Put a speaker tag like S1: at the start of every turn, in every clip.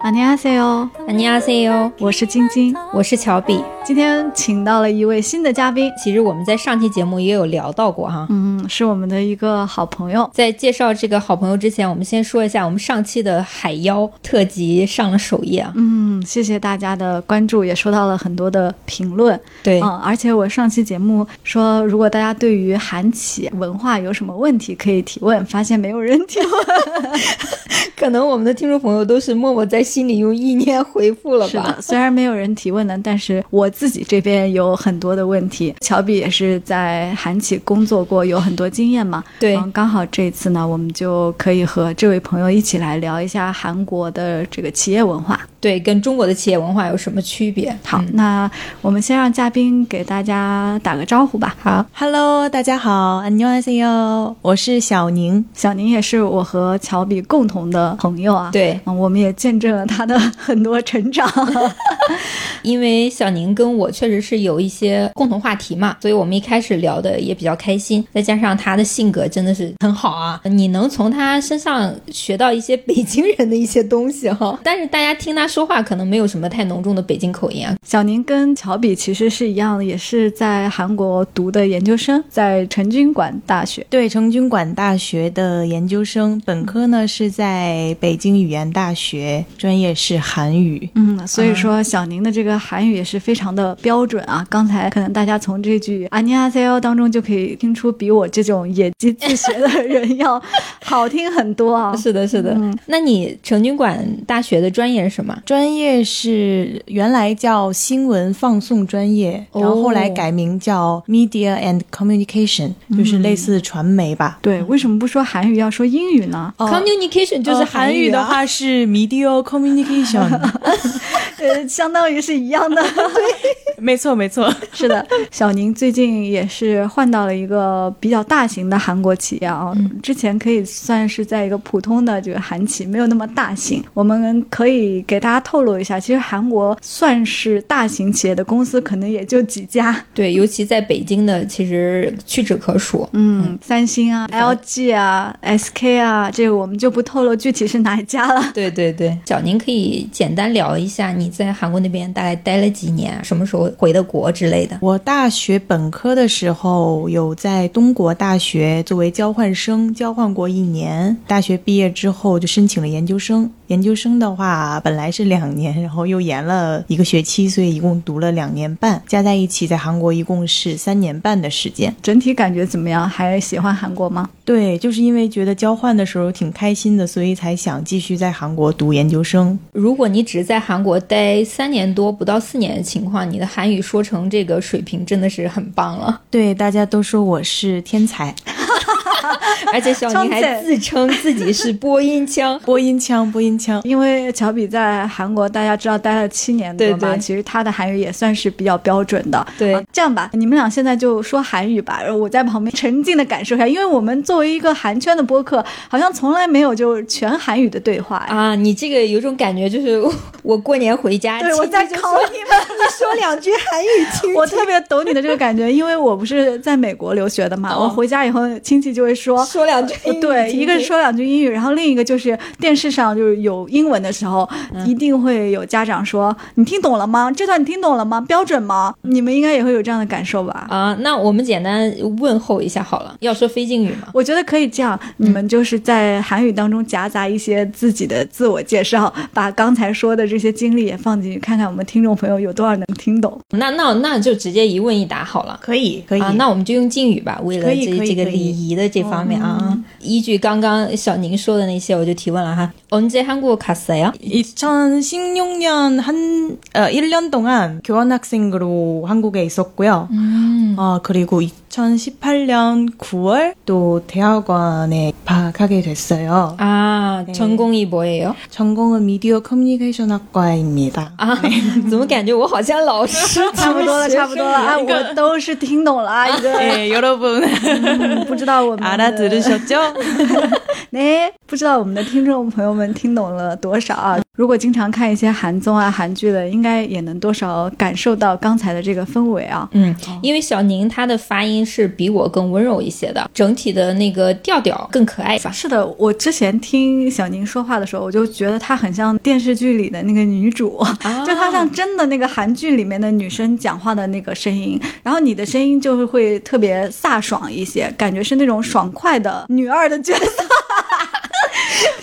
S1: 안녕하세요，
S2: 안녕하세요，
S1: 我是晶晶，
S2: 我是乔比。
S1: 今天请到了一位新的嘉宾，
S2: 其实我们在上期节目也有聊到过哈。
S1: 嗯，是我们的一个好朋友。
S2: 在介绍这个好朋友之前，我们先说一下我们上期的海妖特辑上了首页啊。
S1: 嗯，谢谢大家的关注，也收到了很多的评论。
S2: 对，
S1: 嗯，而且我上期节目说，如果大家对于韩企文化有什么问题可以提问，发现没有人提问，
S2: 可能我们的听众朋友都是默默在。心里用意念回复了吧？
S1: 是的，虽然没有人提问呢，但是我自己这边有很多的问题。乔比也是在韩企工作过，有很多经验嘛。
S2: 对，
S1: 嗯、刚好这次呢，我们就可以和这位朋友一起来聊一下韩国的这个企业文化。
S2: 对，跟中国的企业文化有什么区别？
S1: 好，嗯、那我们先让嘉宾给大家打个招呼吧。
S2: 好
S3: ，Hello，大家好，안녕하세 요，我是小宁。
S1: 小宁也是我和乔比共同的朋友啊。
S2: 对，
S1: 嗯，我们也见证了。他的很多成 长，
S2: 因为小宁跟我确实是有一些共同话题嘛，所以我们一开始聊的也比较开心。再加上他的性格真的是很好 啊，你能从他身上学到一些北京人的一些东西哈、哦。 但是大家听他说话可能没有什么太浓重的北京口音啊。
S1: 小宁跟乔比其实是一样的，也是在韩国读的研究生，在成均馆大学。
S3: 对，成均馆大学的研究生，本科呢是在北京语言大学专。也是韩语，
S1: 嗯，所以说小宁的这个韩语也是非常的标准啊。刚才可能大家从这句“안녕하세요”当中就可以听出，比我这种野鸡自学的人要好听很多 啊。
S2: 是的，是的。嗯、那你成均馆大学的专业是什么？
S3: 专业是原来叫新闻放送专业，然后后来改名叫 Media and Communication，、哦、就是类似传媒吧。
S1: 嗯、对，为什么不说韩语要说英语 呢、
S2: 哦、？Communication 啊就是
S3: 韩语的啊话是 Media Com。communication，
S1: 呃，相当于是一样的，
S3: 对， 没错，没错，
S1: 是的。小宁最近也是换到了一个比较大型的韩国企业啊、哦，嗯、之前可以算是在一个普通的这个韩企，没有那么大型。我们可以给大家透露一下，其实韩国算是大型企业的公司，可能也就几家，
S2: 对，尤其在北京的，其实屈指可数。
S1: 嗯，嗯三星啊、LG 啊、SK 啊，这个我们就不透露具体是哪一家了。
S2: 对对对，小宁。您可以简单聊一下你在韩国那边大概待了几年，什么时候回的国之类的。
S3: 我大学本科的时候有在东国大学作为交换生交换过一年，大学毕业之后就申请了研究生。研究生的话本来是两年，然后又延了一个学期，所以一共读了两年半，加在一起在韩国一共是三年半的时间。
S1: 整体感觉怎么样？还喜欢韩国吗？
S3: 对，就是因为觉得交换的时候挺开心的，所以才想继续在韩国读研究生。
S2: 如果你只是在韩国待三年多不到四年的情况，你的韩语说成这个水平真的是很棒了。
S3: 对，大家都说我是天才。
S2: 而且小宁还自称自己是播音腔，
S3: 播音腔，播音腔。
S1: 因为乔比在韩国，大家知道待了七年多嘛，
S2: 对对
S1: 其实他的韩语也算是比较标准的。
S2: 对、
S1: 啊，这样吧，你们俩现在就说韩语吧，我在旁边沉浸的感受一下，因为我们作为一个韩圈的播客，好像从来没有就是全韩语的对话
S2: 啊。你这个有种感觉，就是我过年回家，
S1: 对我在考你 们，
S2: 你说两句韩语听,听。
S1: 我特别懂你的这个感觉，因为我不是在美国留学的嘛，哦、我回家以后亲戚就会说。
S2: 说两句英语，
S1: 呃对，一个是说两句英语，然后另一个就是电视上就是有英文的时候，嗯、一定会有家长说：“你听懂了吗？这段你听懂了吗？标准吗？”你们应该也会有这样的感受吧？
S2: 啊，那我们简单问候一下好了。要说非敬语吗？
S1: 我觉得可以这样，你们就是在韩语当中夹杂一些自己的自我介绍，嗯、把刚才说的这些经历也放进去，看看我们听众朋友有多少能听懂。
S2: 那那那就直接一问一答好了。
S3: 可以可以
S2: 啊，那我们就用敬语吧，为了这这个礼仪的这方面。
S1: 哦嗯
S2: 啊，依据刚刚小宁说的那些，我就提问了哈。언제한국갔어요
S3: 2016년한어1년동안교환학생으로한국에있었고요
S1: 嗯
S3: 어그리고2018년9월또대학원에방학하게됐어요
S2: 아、 네、 전공이뭐예요
S3: 전공은미디어커뮤니케이션학과입니다
S2: 啊， 怎么感觉我好像老师？
S1: 差不多了，差不多了，啊， 我都是听懂了啊，一个。
S3: 哎， 네, 여러 분，
S1: 不知道我们。
S3: 알아들으셨죠
S1: 哎 네，不知道我们的听众朋友们听懂了多少啊？如果经常看一些韩综啊、韩剧的，应该也能多少感受到刚才的这个氛围啊。
S2: 嗯，因为小宁她的发音是比我更温柔一些的，整体的那个调调更可爱吧。
S1: 是的，我之前听小宁说话的时候，我就觉得她很像电视剧里的那个女主，
S2: 啊
S1: 就她像真的那个韩剧里面的女生讲话的那个声音。然后你的声音就是会特别飒爽一些，感觉是那种爽快的女二的角色。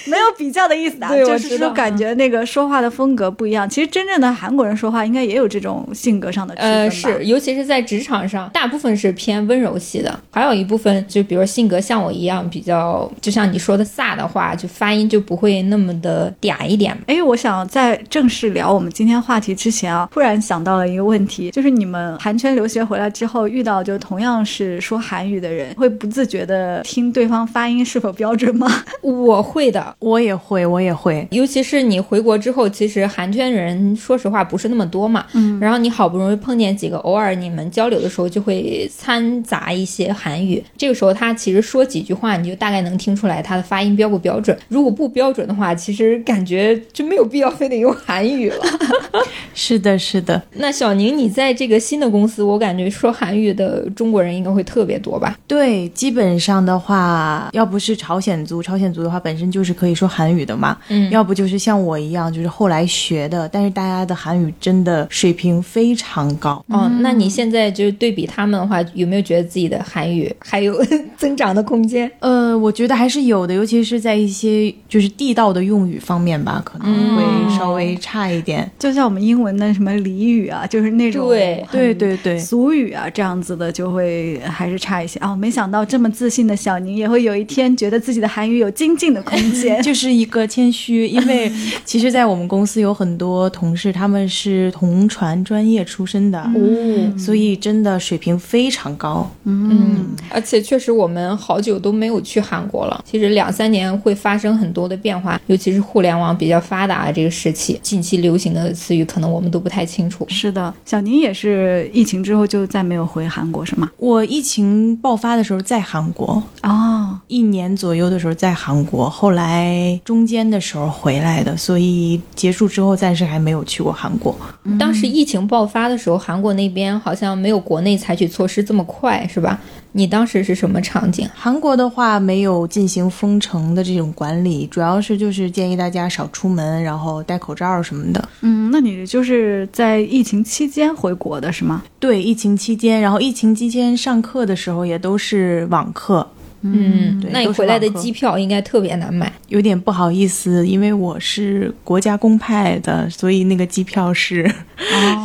S1: 没有比较的意思啊，
S2: 对
S1: 就
S2: 我
S1: 是
S2: 知道嗯
S1: 说感觉那个说话的风格不一样。其实真正的韩国人说话应该也有这种性格上的区分吧。
S2: 呃，是，尤其是在职场上，大部分是偏温柔系的，还有一部分就比如性格像我一样比较，就像你说的飒的话，就发音就不会那么的嗲一点嘛。
S1: 哎，我想在正式聊我们今天话题之前啊，突然想到了一个问题，就是你们韩圈留学回来之后，遇到就同样是说韩语的人，会不自觉的听对方发音是否标准吗？
S2: 我会的，
S3: 我也会，我也会。
S2: 尤其是你回国之后，其实韩圈人说实话不是那么多嘛，嗯，然后你好不容易碰见几个，偶尔你们交流的时候就会掺杂一些韩语，这个时候他其实说几句话，你就大概能听出来他的发音标不标准。如果不标准的话，其实感觉就没有必要非得用韩语了。
S3: 是的，是的，
S2: 那小宁，你在这个新的公司，我感觉说韩语的中国人应该会特别多吧？
S3: 对，基本上的话，要不是朝鲜族，朝鲜族的话本身就是可以说韩语的嘛，嗯，要不就是像我一样，就是后来学的，但是大家的韩语真的水平非常高。
S2: 哦，那你现在就是对比他们的话，有没有觉得自己的韩语还有 增长的空间？
S3: 呃，我觉得还是有的，尤其是在一些就是地道的用语方面吧，可能会稍微差一点。
S1: 就像我们英文的什么俚语啊，就是那种
S2: 对
S3: 对对对，
S1: 俗语啊这样子的，就会还是差一些哦。没想到这么自信的小宁，也会有一天觉得自己的韩语有精进的空 间。
S3: 就是一个谦虚，因为其实，在我们公司有很多同事，他们是同传专业出身的，
S2: 哦，
S3: 所以真的水平非常高。
S2: 嗯，而且确实我们好久都没有去韩国了。其实两三年会发生很多的变化，尤其是互联网比较发达的这个时期，近期流行的词语可能我们都不太清楚。
S1: 是的，小宁也是疫情之后就再没有回韩国，是吗？
S3: 我疫情爆发的时候在韩国，
S1: 哦，
S3: 一年左右的时候在韩国，后来中间的时候回来的，所以结束之后暂时还没有去过韩国。
S2: 当时疫情爆发的时候，韩国那边好像没有国内采取措施这么快，是吧？你当时是什么场景？
S3: 韩国的话没有进行封城的这种管理，主要是就是建议大家少出门，然后戴口罩什么的。
S1: 嗯，那你就是在疫情期间回国的是吗？
S3: 对，疫情期间，然后疫情期间上课的时候也都是网课，
S2: 嗯
S3: 对
S2: 那你
S3: 都是
S2: 回来
S3: 网
S2: 的
S3: 课
S2: 机票应该特别难买。
S3: 有点不好意思，因为我是国家公派的，所以那个机票是、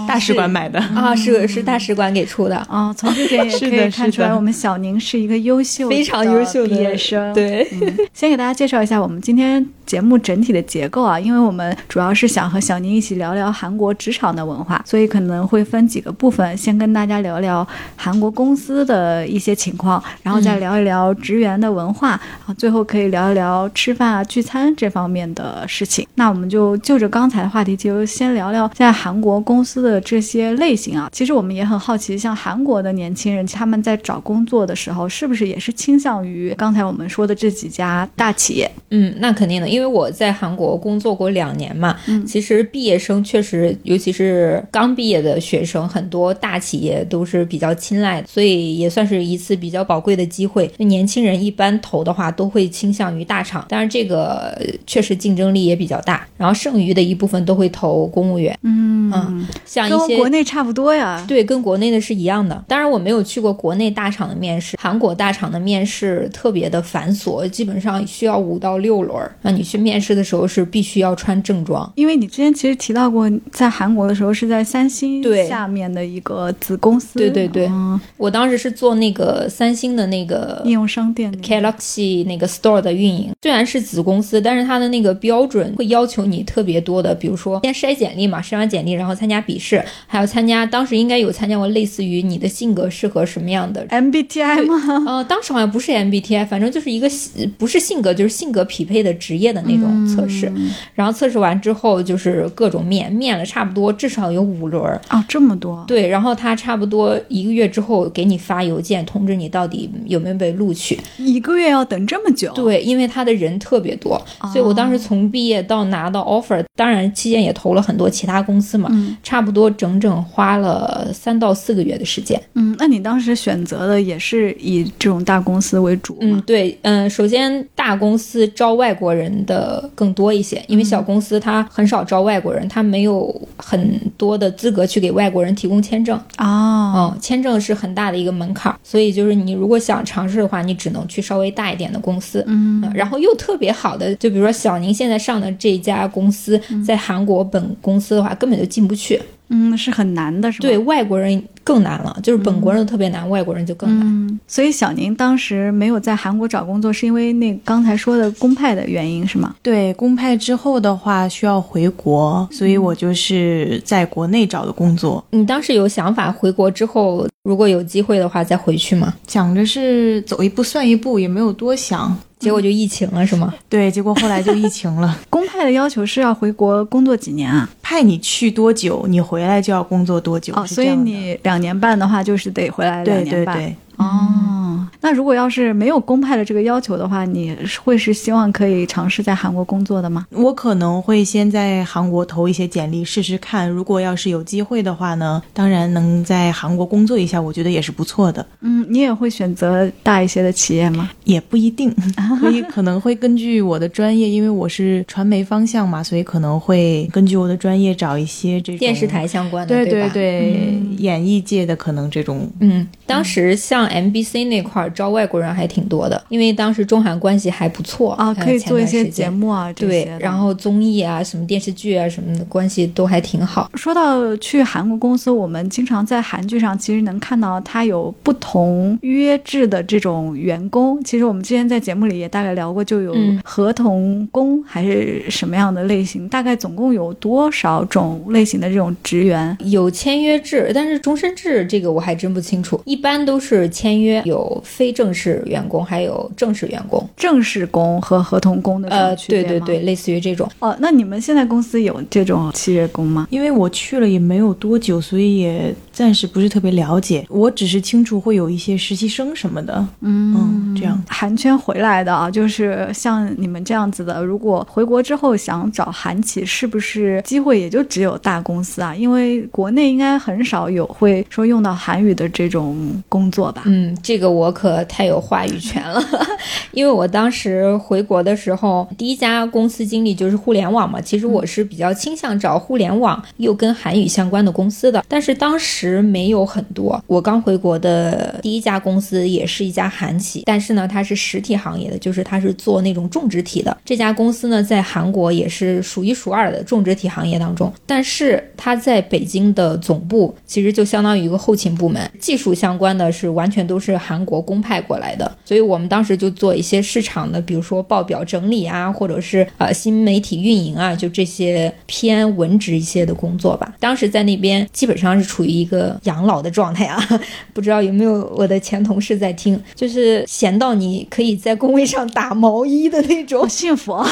S3: 大使馆买的。
S2: 啊，
S1: 嗯
S2: 是是大使馆给出的，
S1: 哦，从这 点也
S3: 是
S1: 可
S3: 的
S1: 以看出
S3: 是
S1: 来，
S3: 的
S1: 我们小宁是一个优秀、
S2: 非常优秀
S1: 毕
S2: 的
S1: 业生。嗯
S2: 对，
S1: 先给大家介绍一下我们今天节目整体的结构啊，因为我们主要是想和小宁一起聊聊韩国职场的文化，所以可能会分几个部分，先跟大家聊聊韩国公司的一些情况，然后
S2: 嗯
S1: 再聊一聊职员的文化，啊，最后可以聊一聊吃饭啊、聚餐这方面的事情。那我们就就着刚才的话题，就先聊聊在韩国公司的这些类型啊。其实我们也很好奇，像韩国的年轻人，他们在找工作的时候，是不是也是倾向于刚才我们说的这几家大企业？
S2: 嗯，那肯定的，因为我在韩国工作过两年嘛。
S1: 嗯
S2: 其实毕业生确实，尤其是刚毕业的学生，很多大企业都是比较青睐的，所以也算是一次比较宝贵的机会。年轻人一般投的话，都会倾向于大厂，但是这个呃确实竞争力也比较大。然后剩余的一部分都会投公务员，
S1: 嗯
S2: 嗯像
S1: 跟
S2: 一些
S1: 国内差不多呀。
S2: 对，跟国内的是一样的。当然，我没有去过国内大厂的面试，韩国大厂的面试特别的繁琐，基本上需要五到六轮儿。那你去面试的时候是必须要穿正装。
S1: 因为你之前其实提到过，在韩国的时候是在三星
S2: 对
S1: 下面的一个子公司，
S2: 对对对
S1: 嗯
S2: 我当时是做那个三星的那个
S1: 应用商店那个
S2: Galaxy 那个 Store 的运营，虽然是子公司，但是它的那个标准会要求你特别多的，比如说先筛简历嘛，筛完简历然后参加笔试，还有参加当时应该有参加过类似于你的性格适合什么样的
S1: MBTI 吗？
S2: 呃，当时好像不是 MBTI，反正就是一个性不是性格，就是性格匹配的职业的的那种测试。然后测试完之后就是各种面，面了差不多至少有五轮儿。
S1: 哦，这么多，
S2: 对，然后他差不多一个月之后给你发邮件通知你到底有没有被录取。
S1: 一个月要等这么久？，
S2: 对，因为他的人特别多，所以我当时从毕业到拿到 offer，当然期间也投了很多其他公司嘛，
S1: 嗯
S2: 差不多整整花了三到四个月的时间。
S1: 嗯，那你当时选择的也是以这种大公司为主
S2: 嗯
S1: 吗，？
S2: 对，嗯，首先大公司招外国人的更多一些，
S1: 嗯
S2: 因为小公司它很少招外国人，它没有很多的资格去给外国人提供签证。
S1: 哦，
S2: 嗯，签证是很大的一个门槛儿，所以就是你如果想尝试的话，你只能去稍微大一点的公司。
S1: 嗯
S2: 呃然后又特别好的，就比如说小宁现在上的这家公司，在韩国本公司的话，根本就进不去。
S1: 嗯，是很难的，是吧？
S2: 对，外国人更难了，就是本国人都特别难，外国人就更难。
S1: 嗯，所以小宁当时没有在韩国找工作，是因为那刚才说的公派的原因是吗？
S3: 对，公派之后的话需要回国，所以我就是在国内找的工作，
S2: 你当时有想法回国之后，如果有机会的话再回去吗？
S3: 想着是走一步算一步，也没有多想。
S2: 结果就疫情啊了，是吗？
S1: 嗯
S3: 对，结果后来就疫情 了，
S1: 公派的要求是要回国工作几年啊？
S3: 派你去多久，你回来就要工作多久。
S1: 哦，
S3: 是
S1: 所
S3: 这
S1: 以
S3: 样的
S1: 你两年半的话，就是得回来两
S3: 对
S1: 年
S3: 对
S1: 半。
S3: 对，
S1: 哦，那如果要是没有公派的这个要求的话，你是会是希望可以尝试在韩国工作的吗？
S3: 我可能会先在韩国投一些简历试试看，如果要是有机会的话呢，当然能在韩国工作一下，我觉得也是不错的。
S1: 嗯，你也会选择大一些的企业吗？
S3: 也不一定，
S2: 啊
S3: 所以可能会根据我的专业，因为我是传媒方向嘛，所以可能会根据我的专业找一些这种
S2: 电视，台相关的，
S3: 对
S2: 吧？
S3: 对对，演艺界的可能这种
S2: 嗯，当时像 MBC 那块儿招外国人还挺多的，因为当时中韩关系还不错
S1: 啊，可以做一些节。
S2: 呃呃前段时间
S1: 目啊，这些
S2: 对
S1: 的，
S2: 然后综艺啊、什么电视剧啊、什么的关系都还挺好。
S1: 说到去韩国公司，我们经常在韩剧上其实能看到它有不同约制的这种员工。其实我们之前在节目里也大概聊过，就有
S2: 嗯
S1: 合同工还是什么样的类型，大概总共有多少种类型的这种职员？
S2: 有签约制，但是终身制这个我还真不清楚。一般都是签约，有非正式员工，还有正式员工。
S1: 正式工和合同工的这种，
S2: 呃
S1: 区别
S2: 对对
S1: 吗
S2: 对，。类似于这种。
S1: 哦，那你们现在公司有这种契约工吗？
S3: 因为我去了也没有多久，所以也暂时不是特别了解。我只是清楚会有一些实习生什么的，嗯，这样。
S1: 韩圈回来的啊，就是像你们这样子的，如果回国之后想找韩企，是不是机会也就只有大公司啊？因为国内应该很少有会说用到韩语的这种工作吧？
S2: 嗯，这个我可太有话语权了， 因为我当时回国的时候，第一家公司经历就是互联网嘛。其实我是比较倾向找互联网又跟韩语相关的公司的，但是当时没有很多。我刚回国的第一家公司也是一家韩企，但是呢，它是实体行业的，就是它是做那种种植体的。这家公司呢，在韩国也是数一数二的种植体行业当中，但是它在北京的总部其实就相当于一个后勤部门，技术相关的是完全都是韩国公派过来的，所以我们当时就做一些市场的，比如说报表整理啊，或者是呃新媒体运营啊，就这些偏文职一些的工作吧。当时在那边基本上是处于一个养老的状态啊， 不知道有没有我的前同事在听，就是闲到你可以在工位上打毛衣的那种
S1: 好。幸福啊！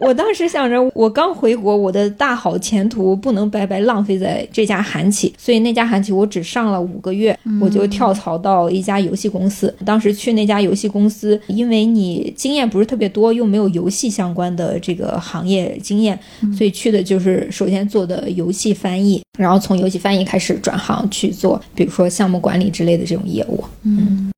S2: 我当时想着，我刚回国，我的大好前途不能白白浪费在这家韩企，所以那家韩企我只上了五个月，我就跳槽到一家游戏公司。当时去那家游戏公司，因为你经验不是特别多，又没有游戏相关的这个行业经验，所以去的就是首先做的游戏翻译，然后从游戏翻译开始转行去做，比如说项目管理之类的这种业务。
S1: 嗯，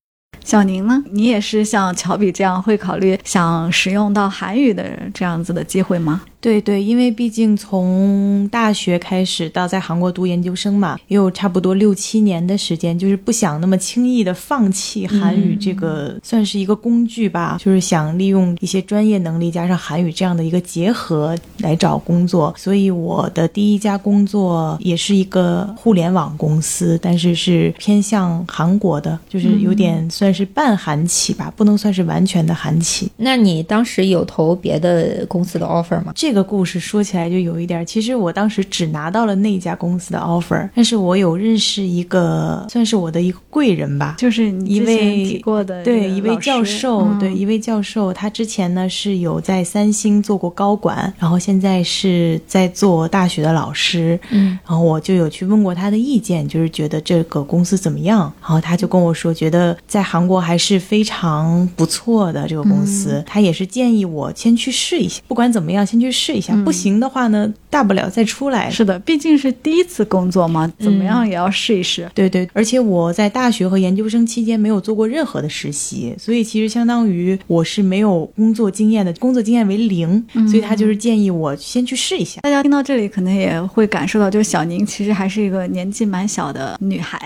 S1: 小宁呢？你也是像乔比这样会考虑想使用到韩语的这样子的机会吗？
S3: 对对，因为毕竟从大学开始到在韩国读研究生嘛，也有差不多六七年的时间，就是不想那么轻易的放弃韩语这个、算是一个工具吧，就是想利用一些专业能力加上韩语这样的一个结合来找工作。所以我的第一家工作也是一个互联网公司，但是是偏向韩国的，就是有点算是半韩企吧，不能算是完全的韩企。
S2: 那你当时有投别的公司的 offer 吗？
S3: 这个故事说起来就有一点儿，其实我当时只拿到了那一家公司的 offer，但是我有认识一个算是我的一个贵人吧，
S1: 就是你
S3: 一
S1: 之前
S3: 位
S1: 提过的
S3: 对
S1: 这个
S3: 一位
S1: 老
S3: 教
S1: 师
S3: 授，
S1: 嗯
S3: 对一位教授，他之前呢是有在三星做过高管，然后现在是在做大学的老师，
S2: 嗯，
S3: 然后我就有去问过他的意见，就是觉得这个公司怎么样，然后他就跟我说，觉得在韩国还是非常不错的这个公司，
S1: 嗯
S3: 他也是建议我先去试一下，不管怎么样先去试一
S1: 嗯
S3: 下，不行的话呢，大不了再出来，
S1: 是的，毕竟是第一次工作嘛，怎么样也要试一试。
S3: 对对，而且我在大学和研究生期间没有做过任何的实习，所以其实相当于我是没有工作经验的，工作经验为零，所以他就是建议我先去试一下。
S1: 大家听到这里，可能也会感受到，就是小宁其实还是一个年纪蛮小的女 孩，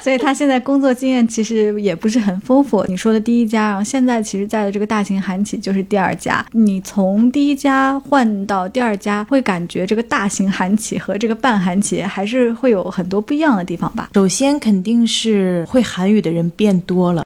S1: 所以她现在工作经验其实也不是很丰富。你说的第一家，然后现在其实在的这个大型韩企就是第二家。你从第一家换到第二家，会感觉这个大型韩企和这个半韩企还是会有很多不一样的地方吧？
S3: 首先肯定是会韩语的人变多了，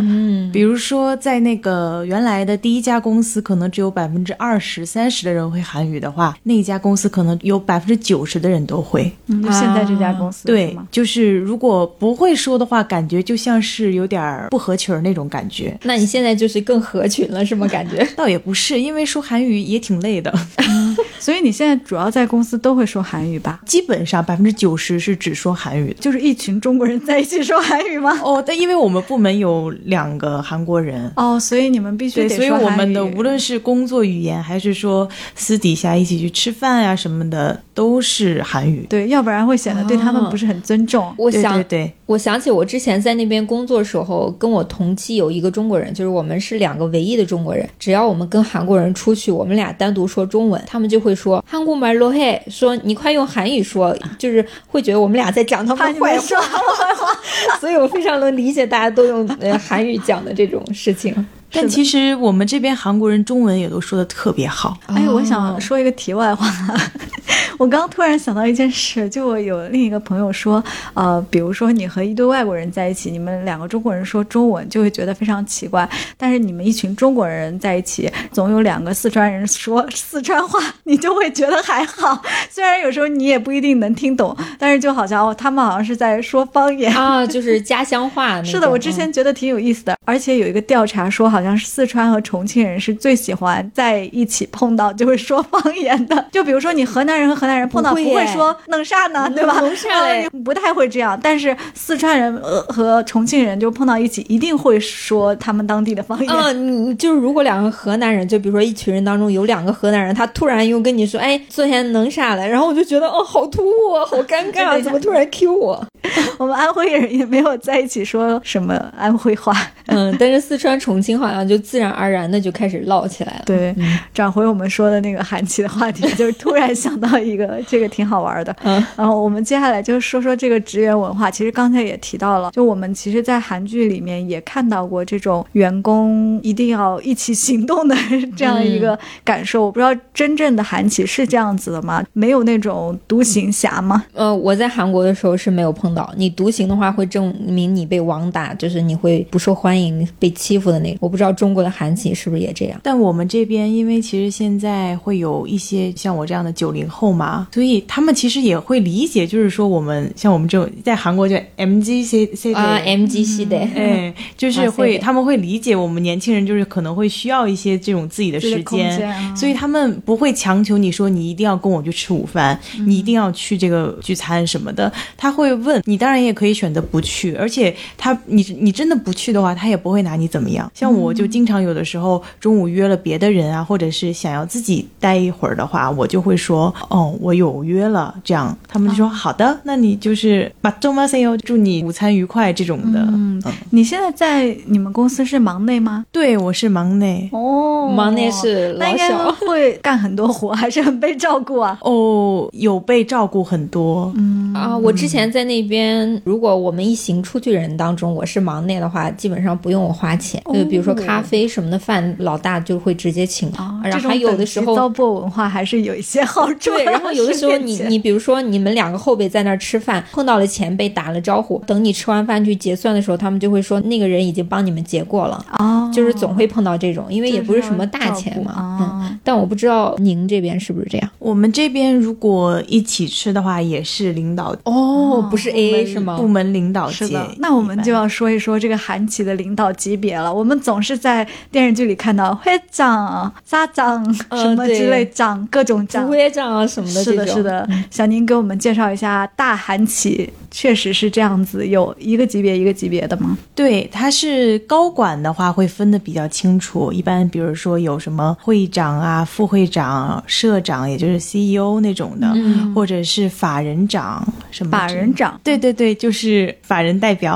S2: 嗯，
S3: 比如说在那个原来的第一家公司，可能只有百分之二十、三十的人会韩语的话，那一家公司可能有百分之九十的人都会。
S1: 嗯，就现在这家公司、
S3: 对
S1: 吗，？
S3: 就是如果不会说的话，感觉就像是有点儿不合群儿那种感觉。
S2: 那你现在就是更合群了，是吗？感觉
S3: 倒也不是，因为说韩语也挺累的，
S1: 所以你现在主要在公司都会说韩语吧？
S3: 基本上百分之九十是只说韩语的。
S1: 就是一群中国人在一起说韩语吗？
S3: 哦，但因为我们部门有两个韩国人。
S1: 哦，所以你们必须
S3: 对，
S1: 得
S3: 所以
S1: 说
S3: 我
S1: 韩
S3: 们的
S1: 语
S3: 无论是工作语言，还是说私底下一起去吃饭啊什么的，都是韩语。
S1: 对，要不然会显得对他们
S2: 哦
S1: 不是很尊重。
S2: 我
S3: 对
S2: 想
S3: 对对，
S2: 我想起我之前在那边工作时候，跟我同期有一个中国人，就是我们是两个唯一的中国人。只要我们跟韩国人出去，我们俩单独说中文，他们就会说韩国말로嘿，说你快用韩语说，就是会觉得我们俩在讲他
S1: 怕
S2: 们
S1: 你
S2: 坏
S1: 们
S2: 话。
S1: 说
S2: 所以我非常能理解大家都用呃韩语讲的这种事 情。
S3: 但其实我们这边韩国人中文也都说的特别好。
S1: 哎，我想说一个题外话。 我刚突然想到一件事，就我有另一个朋友说，呃，比如说你和一堆外国人在一起，你们两个中国人说中文就会觉得非常奇怪，但是你们一群中国人在一起，总有两个四川人说四川话，你就会觉得还好。 虽然有时候你也不一定能听懂，但是就好像哦，他们好像是在说方言。
S2: 啊，就是家乡话那种。嗯
S1: 是的，我之前觉得挺有意思的，而且有一个调查说，好像是四川和重庆人是最喜欢在一起碰到就会说方言的。就比如说你河南人和河南人碰到
S2: 不会
S1: 不会
S2: 耶嗯
S1: 说弄啥呢，对吧？
S2: 弄啥嘞
S1: 呃你不太会这样。但是四川人呃和重庆人就碰到一起，一定会说他们当地的方言。
S2: 嗯，你就是如果两个河南人，就比如说一群人当中有两个河南人，他突然又跟你说，哎，昨天能啥了？然后我就觉得，哦，好突兀啊，好尴尬啊，
S1: 对
S2: 怎么突然 Q 我？
S1: 我们安徽人也没有在一起说什么安徽话。
S2: 嗯，但是四川、重庆好像就自然而然的就开始唠起来了。
S1: 对，转回我们说的那个韩琦的话题，就是突然想到一个，这个挺好玩的。
S2: 嗯，
S1: 然后我们接下来就是说说这个职员文化。其实刚才也提到了，就我们其实，在韩剧里面也看到过这种员工一定要一起行动的这样一
S3: 嗯
S1: 个感受。我不知道真正的韩企是这样子的吗？没有那种独行侠吗？
S2: 呃，我在韩国的时候是没有碰到。你独行的话，会证明你被网打，就是你会不受欢迎、被欺负的那种。我不知道中国的韩企是不是也这样。
S3: 但我们这边，因为其实现在会有一些像我这样的九零后嘛，所以他们其实也会理解，就是说我们像我们这种在韩国就 MG C C
S2: 啊
S3: 的。
S2: ，MG 系的，
S3: 哎，就是
S2: 哇塞
S3: 会，他们会理解我们年轻人，就是可能会需要一些这种自己的
S1: 这
S3: 时
S1: 个空
S3: 间，嗯
S1: 间啊
S3: 所以他们不会强求你说你一定要跟我去吃午饭，你一定要去这个聚餐什么的。他会问你，当然也可以选择不去，而且他你你真的不去的话，他也不会拿你怎么样。像我就经常有的时候中午约了别的人啊，或者是想要自己待一会儿的话，我就会说哦，我有约了，这样他们就说、好的，那你就是把周妈 say 祝你午餐愉快这种的。嗯，
S1: 你现在在你们公司是忙内吗？
S3: 对，我是忙内。
S1: 哦
S2: 忙内。是
S1: 那
S2: 老
S1: 应该
S2: 小。
S1: 会干很多活，还是很被照顾啊。
S3: 哦，有被照顾很多，
S1: 嗯
S2: 啊，我之前在那边边如果我们一行出去人当中，我是忙内的话，基本上不用我花钱。就比如说咖啡什么的饭，老大就会直接请。
S1: 哦啊，
S2: 然
S1: 这
S2: 后
S1: 种
S2: 还有的
S1: 等
S2: 时
S1: 级
S2: 候
S1: 糟粕文化还是有一些好处的。
S2: 对，然后有的时候你
S1: 是便捷
S2: 你比如说你们两个后辈在那儿吃饭，碰到了前辈打了招呼，等你吃完饭去结算的时候，他们就会说那个人已经帮你们结过了，
S1: 哦，
S2: 就是总会碰到这种，因为
S1: 就
S2: 也不是什
S1: 要
S2: 么大
S1: 照
S2: 钱
S1: 顾
S2: 嘛。嗯，
S1: 啊
S2: 但我不知道您这边是不是这样？
S3: 我们这边如果一起吃的话，也是领导
S2: 哦，不是 A A 是吗
S3: 部？门领导
S1: 是
S3: 级
S1: 的，，那我们就要说一说这个韩企的领导级别了。我们总是在电视剧里看到会长、沙长
S2: 呃
S1: 什么之类长，各种
S2: 指
S1: 长。
S2: 挥长啊什么的这
S1: 是
S2: 种，嗯
S1: 的，是的。小宁给我们介绍一下大韩企，确实是这样子，有一个级别一个级别的吗？
S3: 对，它是高管的话会分得比较清楚，一般比如说有什么会长啊、副会长、社长，也就是 CEO 那种的，
S2: 嗯
S3: 或者是法人长什么
S1: 法
S3: 之
S1: 人。嗯长，
S3: 对对对，就是法人代表。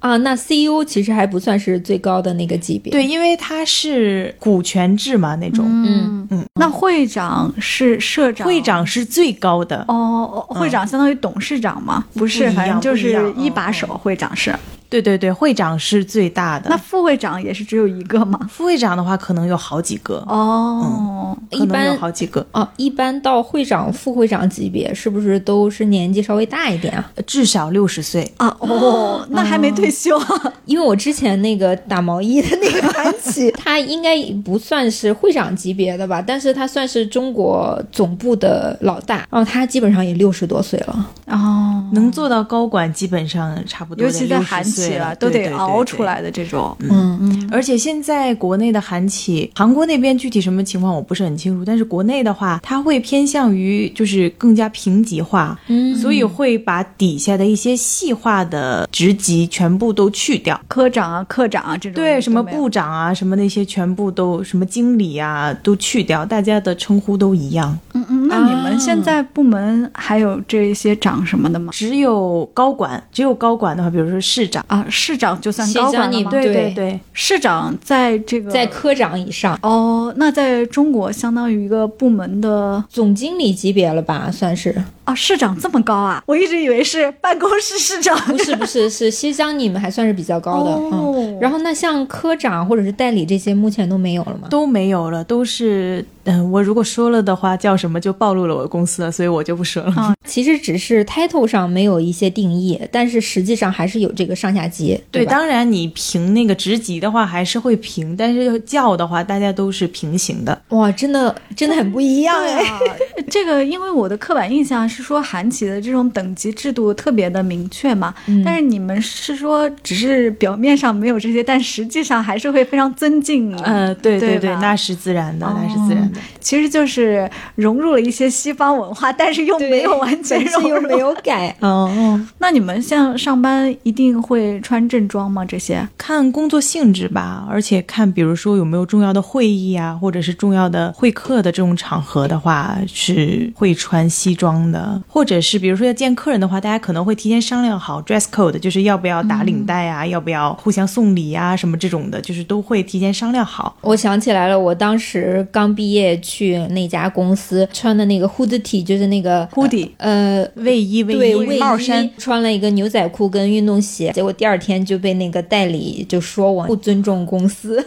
S2: 啊，那 CEO 其实还不算是最高的那个级别。
S3: 对，因为它是股权制嘛，那种、
S1: 嗯
S3: 嗯，
S1: 那会长是社长，
S3: 会长是最高的。
S1: 哦，哦会
S2: 嗯
S1: 长相当于董事长嘛？不是，
S3: 不一样
S1: 反正就
S3: 不一
S1: 是
S3: 样
S1: 一把手，
S2: 嗯
S1: 会长是。
S3: 对对对，会长是最大的。
S1: 那副会长也是只有一个吗？
S3: 副会长的话，可能有好几个，
S1: 哦，
S2: 一
S3: 可能
S2: 般
S3: 有好几个，
S2: 哦，一般到会长、副会长级别，是不是都是年纪稍微大一点啊？
S3: 呃至少六十岁。
S1: 啊哦，那还没退休，啊
S2: 因为我之前那个打毛衣的那个韩 企，他应该不算是会长级别的吧，但是他算是中国总部的老大，然后他基本上也六十多岁了。
S1: 哦，
S3: 能做到高管，基本上差不多
S1: 尤
S3: 得60
S1: 其
S3: 岁了，
S1: 在韩企啊
S3: 了，
S1: 都
S3: 对
S1: 得熬出。来的这种，
S2: 嗯嗯，
S3: 对对而且现在国内的韩企，韩国那边具体什么情况我不是很清楚，但是国内的话，它会偏向于就是更加平级化，
S2: 嗯
S3: 所以会把底下的一些细化的职级全部都去掉。
S1: 科长啊、科长啊这种，
S3: 对，什么
S1: 都没有
S3: 部长啊，什么那些全部都，什么经理啊，都去掉，大家的称呼都一样，
S1: 嗯嗯，那你们现在部门还有这些长什么的吗？
S3: 只有高管，只有高管的话，比如说市长，
S1: 啊，市长就算
S2: 市
S1: 高
S2: 长
S1: 管了
S2: 你
S1: 吗？
S2: 对
S3: 对对，
S1: 市长在这个
S2: 嗯在科长以上，
S1: 哦，那在中国相当于一个部门的
S2: 总经理级别了吧，算是。
S1: 啊，市长这么高啊？我一直以为是办公室市长。
S2: 不是不是，是西江你们还算是比较高的，
S1: 哦
S2: 嗯。然后那像科长或者是代理这些，目前都没有了吗？
S3: 都没有了，都是嗯，我如果说了的话，叫什么就暴露了我的公司了，所以我就不说了。
S2: 其实只是 title 上没有一些定义，但是实际上还是有这个上下级，
S3: 对，
S2: 吧？
S3: 当然你评那个职级的话还是会评，但是叫的话大家都是平行的。
S2: 哇，真的真的很不一样哎。
S1: 啊， 这个因为我的刻板印象是说韩企的这种等级制度特别的明确嘛，
S2: 嗯
S1: 但是你们是说只是表面上没有这些，但实际上还是会非常尊敬你。
S3: 呃，对
S1: 对
S3: 对，
S1: 吧
S3: 那是自然的，那是自然的。
S1: 其实就是融入了一些西方文化，但是又
S2: 对
S1: 没有完全
S2: 本质
S1: 融
S2: 又
S1: 入。
S2: 没有改。
S3: 哦哦，
S1: 那你们像上班一定会穿正装吗？这些？
S3: 看工作性质吧，而且看比如说有没有重要的会议啊，或者是重要的会客的这种场合的话，是会穿西装的，或者是比如说要见客人的话，大家可能会提前商量好 dress code，就是要不要打领带啊，要不要互相送礼啊，什么这种的，就是都会提前商量好。
S2: 我想起来了，我当时刚毕业去那家公司穿的那个 hoodie，T，就是那个
S1: Hoodie
S2: 呃。
S3: 卫衣、嗯
S2: 对
S3: 卫
S2: 卫
S3: 衣、帽衫
S2: 衣，穿了一个牛仔裤跟运动鞋，结果第二天就被那个代理就说我不尊重 公司，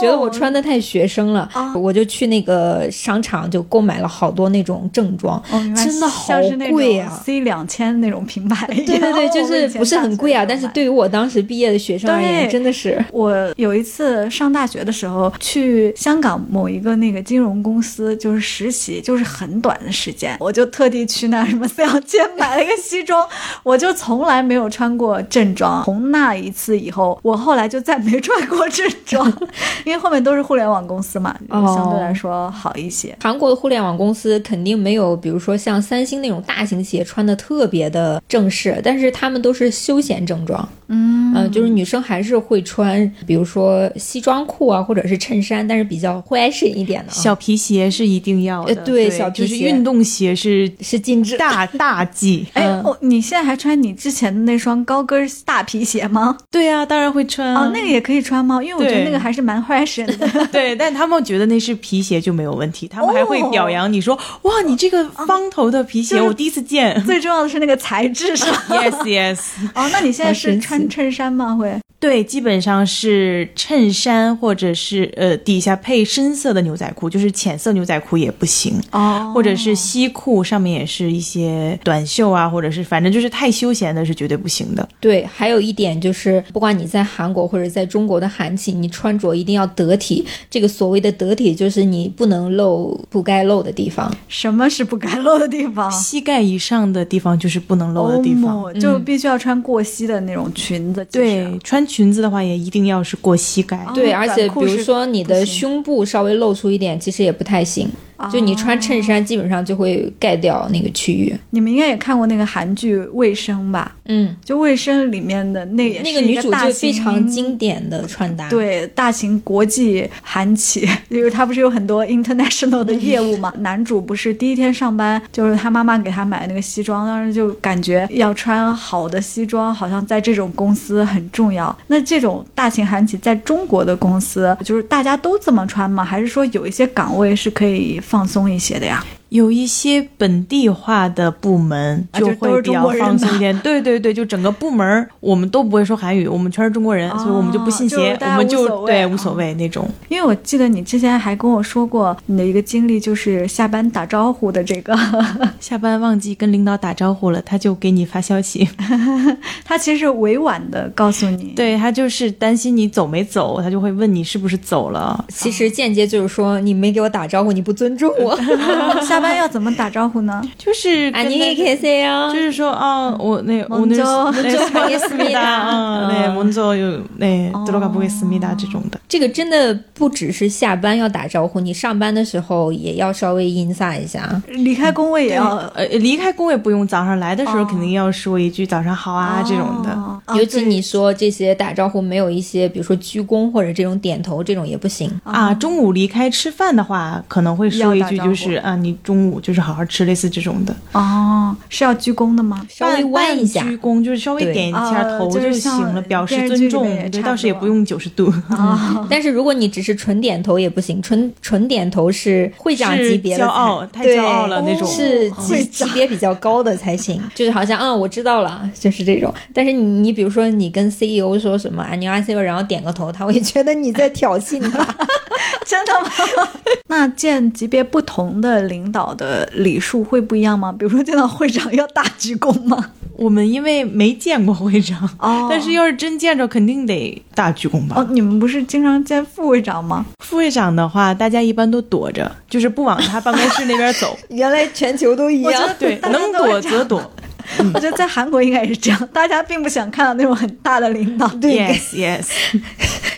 S2: 觉得我穿的太学生了，
S1: 哦
S2: 我就去那个商场就购买了好多那种正装，
S1: 哦，明白
S2: 真的好
S1: 像是那
S2: 贵
S1: 种
S2: 啊
S1: C 两千那种品牌一样。
S2: 对 对对，就
S1: 我以
S2: 是
S1: 前
S2: 不是
S1: 大
S2: 很
S1: 学
S2: 贵啊，
S1: 的时候
S2: 但是
S1: 买
S2: 对于我当时毕业的学生而言，
S1: 对
S2: 真的是
S1: 我有一次上大学的时候去香港某一个那个金融公司，就是实习，就是很短的时间，我就特地去那什么 四羊街买了一个西装，我就从来没有穿过正装。从那一次以后，我后来就再没穿过正装，因为后面都是互联网公司嘛，就是相对来说好一些。
S2: 韩国的互联网公司肯定没有，比如说像三星那种大型企业穿的特别的正式，但是他们都是休闲正装。嗯、就是女生还是会穿，比如说西装裤啊，或者是衬衫，但是比较 fashion 一点的啊。
S3: 小皮鞋是一定要
S2: 呃
S3: 的，
S2: 对
S3: 对，
S2: 小皮鞋
S3: 就是运动鞋是
S2: 是禁止。
S3: 大大忌。
S1: 哎，
S2: 嗯
S1: 哦，你现在还穿你之前的那双高跟大皮鞋吗？
S3: 对啊，当然会穿啊
S1: 哦，那个也可以穿吗？因为我觉得
S3: 对
S1: 那个还是蛮 fashion 的。
S3: 对，但他们觉得那是皮鞋就没有问题，他们还会表扬你说：“哇，你这个方头的皮鞋，
S1: 就是
S3: 我第一次见。
S1: 最重要的是那个材质是吧？
S3: yes, yes。
S1: 哦，那你现在
S2: 好
S1: 是
S2: 神奇
S1: 穿衬衫吗？会
S3: 对，基本上是衬衫或者是呃底下配深色的牛仔裤，就是浅色牛仔裤也不行，
S1: 哦
S3: 或者是西裤上面也是一些短袖啊，或者是反正就是太休闲的是绝对不行的。
S2: 对，还有一点就是，不管你在韩国或者在中国的韩企，你穿着一定要得体。这个所谓的得体，就是你不能露不该露的地方。
S1: 什么是不该露的地方？
S3: 膝盖以上的地方就是不能露的地方。
S1: 哦就必须要穿过膝的那种裙子。
S3: 对，穿裙子的话也一定要是过膝盖。
S1: 哦
S2: 对，
S1: 短
S2: 而且比
S1: 裤
S2: 如
S1: 是
S2: 说你
S1: 不
S2: 的
S1: 行
S2: 胸部稍微露出一点，其实也不太行。
S1: 就是，
S2: 就你穿
S1: 哦
S2: 衬衫，基本上就会盖掉那个区域。
S1: 你们应该也看过那个韩剧《卫生》吧？
S2: 嗯，
S1: 就《卫生》里面的那也
S2: 那
S1: 是
S2: 个
S1: 一
S2: 女
S1: 个
S2: 主
S1: 大
S2: 就
S1: 型
S2: 非常经典的穿搭。。
S1: 对，大型国际韩企， 因为他不是有很多 international 的业务嘛。男主不是第一天上班，就是他妈妈给他买那个西装，当时就感觉要穿好的西装，好像在这种公司很重要。那这种大型韩企在中国的公司，就是大家都这么穿吗？还是说有一些岗位是可以放松一些的呀？
S3: 有一些本地化的部门
S1: 啊就都
S3: 会
S1: 是
S3: 比
S1: 中
S3: 较
S1: 国人
S3: 放松
S1: 吧
S3: 一点，对对对，就整个部门儿我们都不会说韩语，我们全是中国人，所以我们就不信
S1: 哦就
S3: 邪
S1: 是，大家
S3: 我们
S1: 无
S3: 就
S1: 所谓
S3: 对
S1: 啊
S3: 无所谓那种。
S1: 因为我记得你之前还跟我说过你的一个经历，就是下班打招呼的这个。
S3: 下班忘记跟领导打招呼了，他就给你发消息，
S1: 他其实是委婉的告诉你，，
S3: 对他就是担心你走没走，他就会问你是不是走了。
S2: 其实间接就是说，你没给我打招呼，你不尊重 我。
S1: 下班要怎么打招呼呢？
S3: 就是
S2: 啊，
S3: 跟
S2: 你
S3: 他
S2: 也可以 say 啊
S3: 就。是说啊，我那我
S1: 먼저
S3: 那那
S2: 가겠습니다嗯
S3: 啊，那먼저요네들어가보겠습니다这
S1: 哦
S3: 种的。
S2: 这个真的不只是下班要打招呼，你上班的时候也要稍微 i n s 一下。
S1: 离开工位也要
S3: 呃，离开工位不用，早上来的时候
S1: 哦
S3: 肯定要说一句“早上好啊”这种的。
S1: 哦
S2: 尤其你说这些打招呼没有一些，比如说鞠躬或者这种点头，这种也不行。
S1: 哦
S3: 啊，中午离开吃饭的话，可能会说一句就是啊，你中午就是好好吃，类似这种的，
S1: 哦，是要鞠躬的吗？
S2: 稍微弯一下
S3: 半，鞠躬就是稍微
S2: 对
S3: 点一下
S1: 啊
S3: 头
S1: 就是
S3: 行
S1: 像
S3: 了，表示
S1: 电视
S3: 尊
S1: 剧
S3: 重
S1: 里面也，差
S3: 对，
S1: 不
S3: 倒是也
S1: 多
S3: 不用九十度。
S1: 啊，
S2: 但是如果你只是纯点头也不行，纯纯点头是会长级别的
S3: 是
S2: 才
S3: 骄傲太
S2: 对
S3: 骄傲了那种嗯
S2: 是
S1: 哦
S2: 级
S1: 会
S2: 级别比较高的才行。就是好像嗯，我知道了，就是这种。但是你你比如说你跟 CEO 说什么啊，你 CEO，然后点个头，他会觉得你在挑衅他。。
S1: 真的吗？ 那见级别不同的领导的礼数会不一样吗？比如说见到会长要大鞠躬吗？
S3: 我们因为没见过会长，
S1: 哦
S3: 但是要是真见着，肯定得大鞠躬吧。
S1: 哦，你们不是经常见副会长吗？
S3: 副会长的话，大家一般都躲着，就是不往他办公室那边 走
S2: 原来全球都一
S1: 我觉
S2: 样
S1: 得。
S3: 对，
S1: 大家
S3: 能
S1: 都
S3: 躲
S1: 会这样
S3: 则躲。
S1: 我觉得在韩国应该也是这样， 大家并不想看到那种很大的领导。
S3: Yes, yes。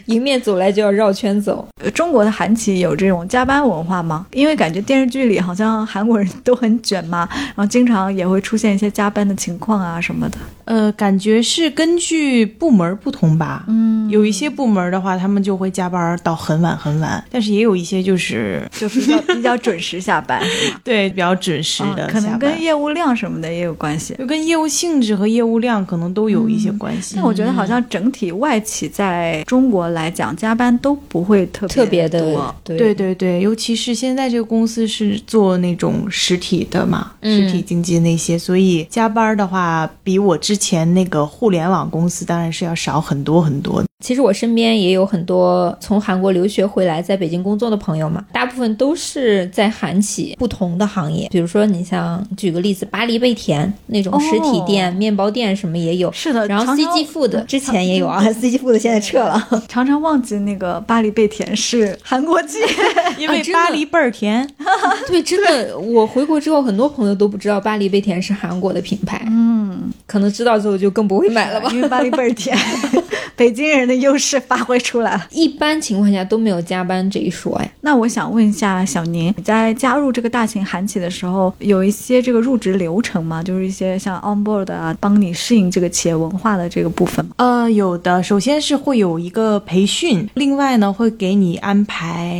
S2: 迎面走来就要绕圈走，
S1: 呃中国的韩企有这种加班文化吗？因为感觉电视剧里好像韩国人都很卷嘛，然后经常也会出现一些加班的情况啊什么的。
S3: 呃，感觉是根据部门不同吧。嗯，有一些部门的话，他们就会加班到很晚很晚，但是也有一些就是
S1: 就比较比较准时下 班，
S3: 对比较准时
S1: 啊
S3: 的、
S1: 可能跟
S3: 业
S1: 业务量什么的也有关系。
S3: 就跟业务性质和业务量可能都有一些关系。
S1: 但我觉得好像整体外企在中国来讲，加班都不会特别
S2: 特别的
S1: 多。
S2: 对
S3: 对对对，尤其是现在这个公司是做那种实体的嘛，
S2: 嗯
S3: 实体经济那些，所以加班的话，比我之前那个互联网公司当然是要少很多很多的。
S2: 其实我身边也有很多从韩国留学回来在北京工作的朋友嘛，大部分都是在韩企不同的行业，比如说你像举个例子，巴黎贝甜那种实体店、
S1: 哦
S2: 面包店什么也有。
S1: 是的，
S2: 然后
S1: 常
S2: CG
S1: 常
S2: Food 之前也有啊，CG Food 现在撤了。
S1: 常常忘记那个巴黎贝甜是韩国 籍，
S3: 因
S2: 啊
S3: 为
S2: 真的
S3: 巴黎倍儿甜，
S2: 对，真的，我回国之后，很多朋友都不知道巴黎贝甜是韩国的品牌，
S1: 嗯，
S2: 可能知道之后就更不会买了吧。
S1: 因为巴黎贝儿甜，北京人的优势发挥出来了。
S2: 一般情况下都没有加班这一说，哎，
S1: 那我想问一下小宁，你在加入这个大型韩企的时候，有一些这个入职流程吗？就是一些像 on board 啊，帮你适应这个企业文化的这个部分吗？
S3: 呃，有的，首先是会有一个培训，另外呢会给你安排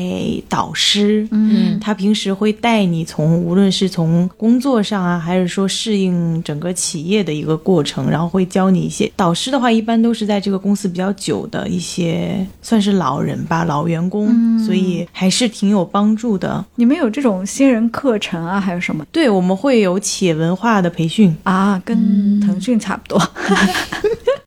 S3: 导师，
S1: 嗯，
S3: 他平时会带你从无论是从工作上啊，还是说适应整个企业的一个过程，然后会教你一些导师的话，一般都是在这个公司比较久的一些算是老人吧，老员工，所以还是挺有帮助的。
S1: 你们有这种新人课程啊，还有什么
S3: 对，我们会有企业文化的培训，
S1: 啊？跟腾讯差不多。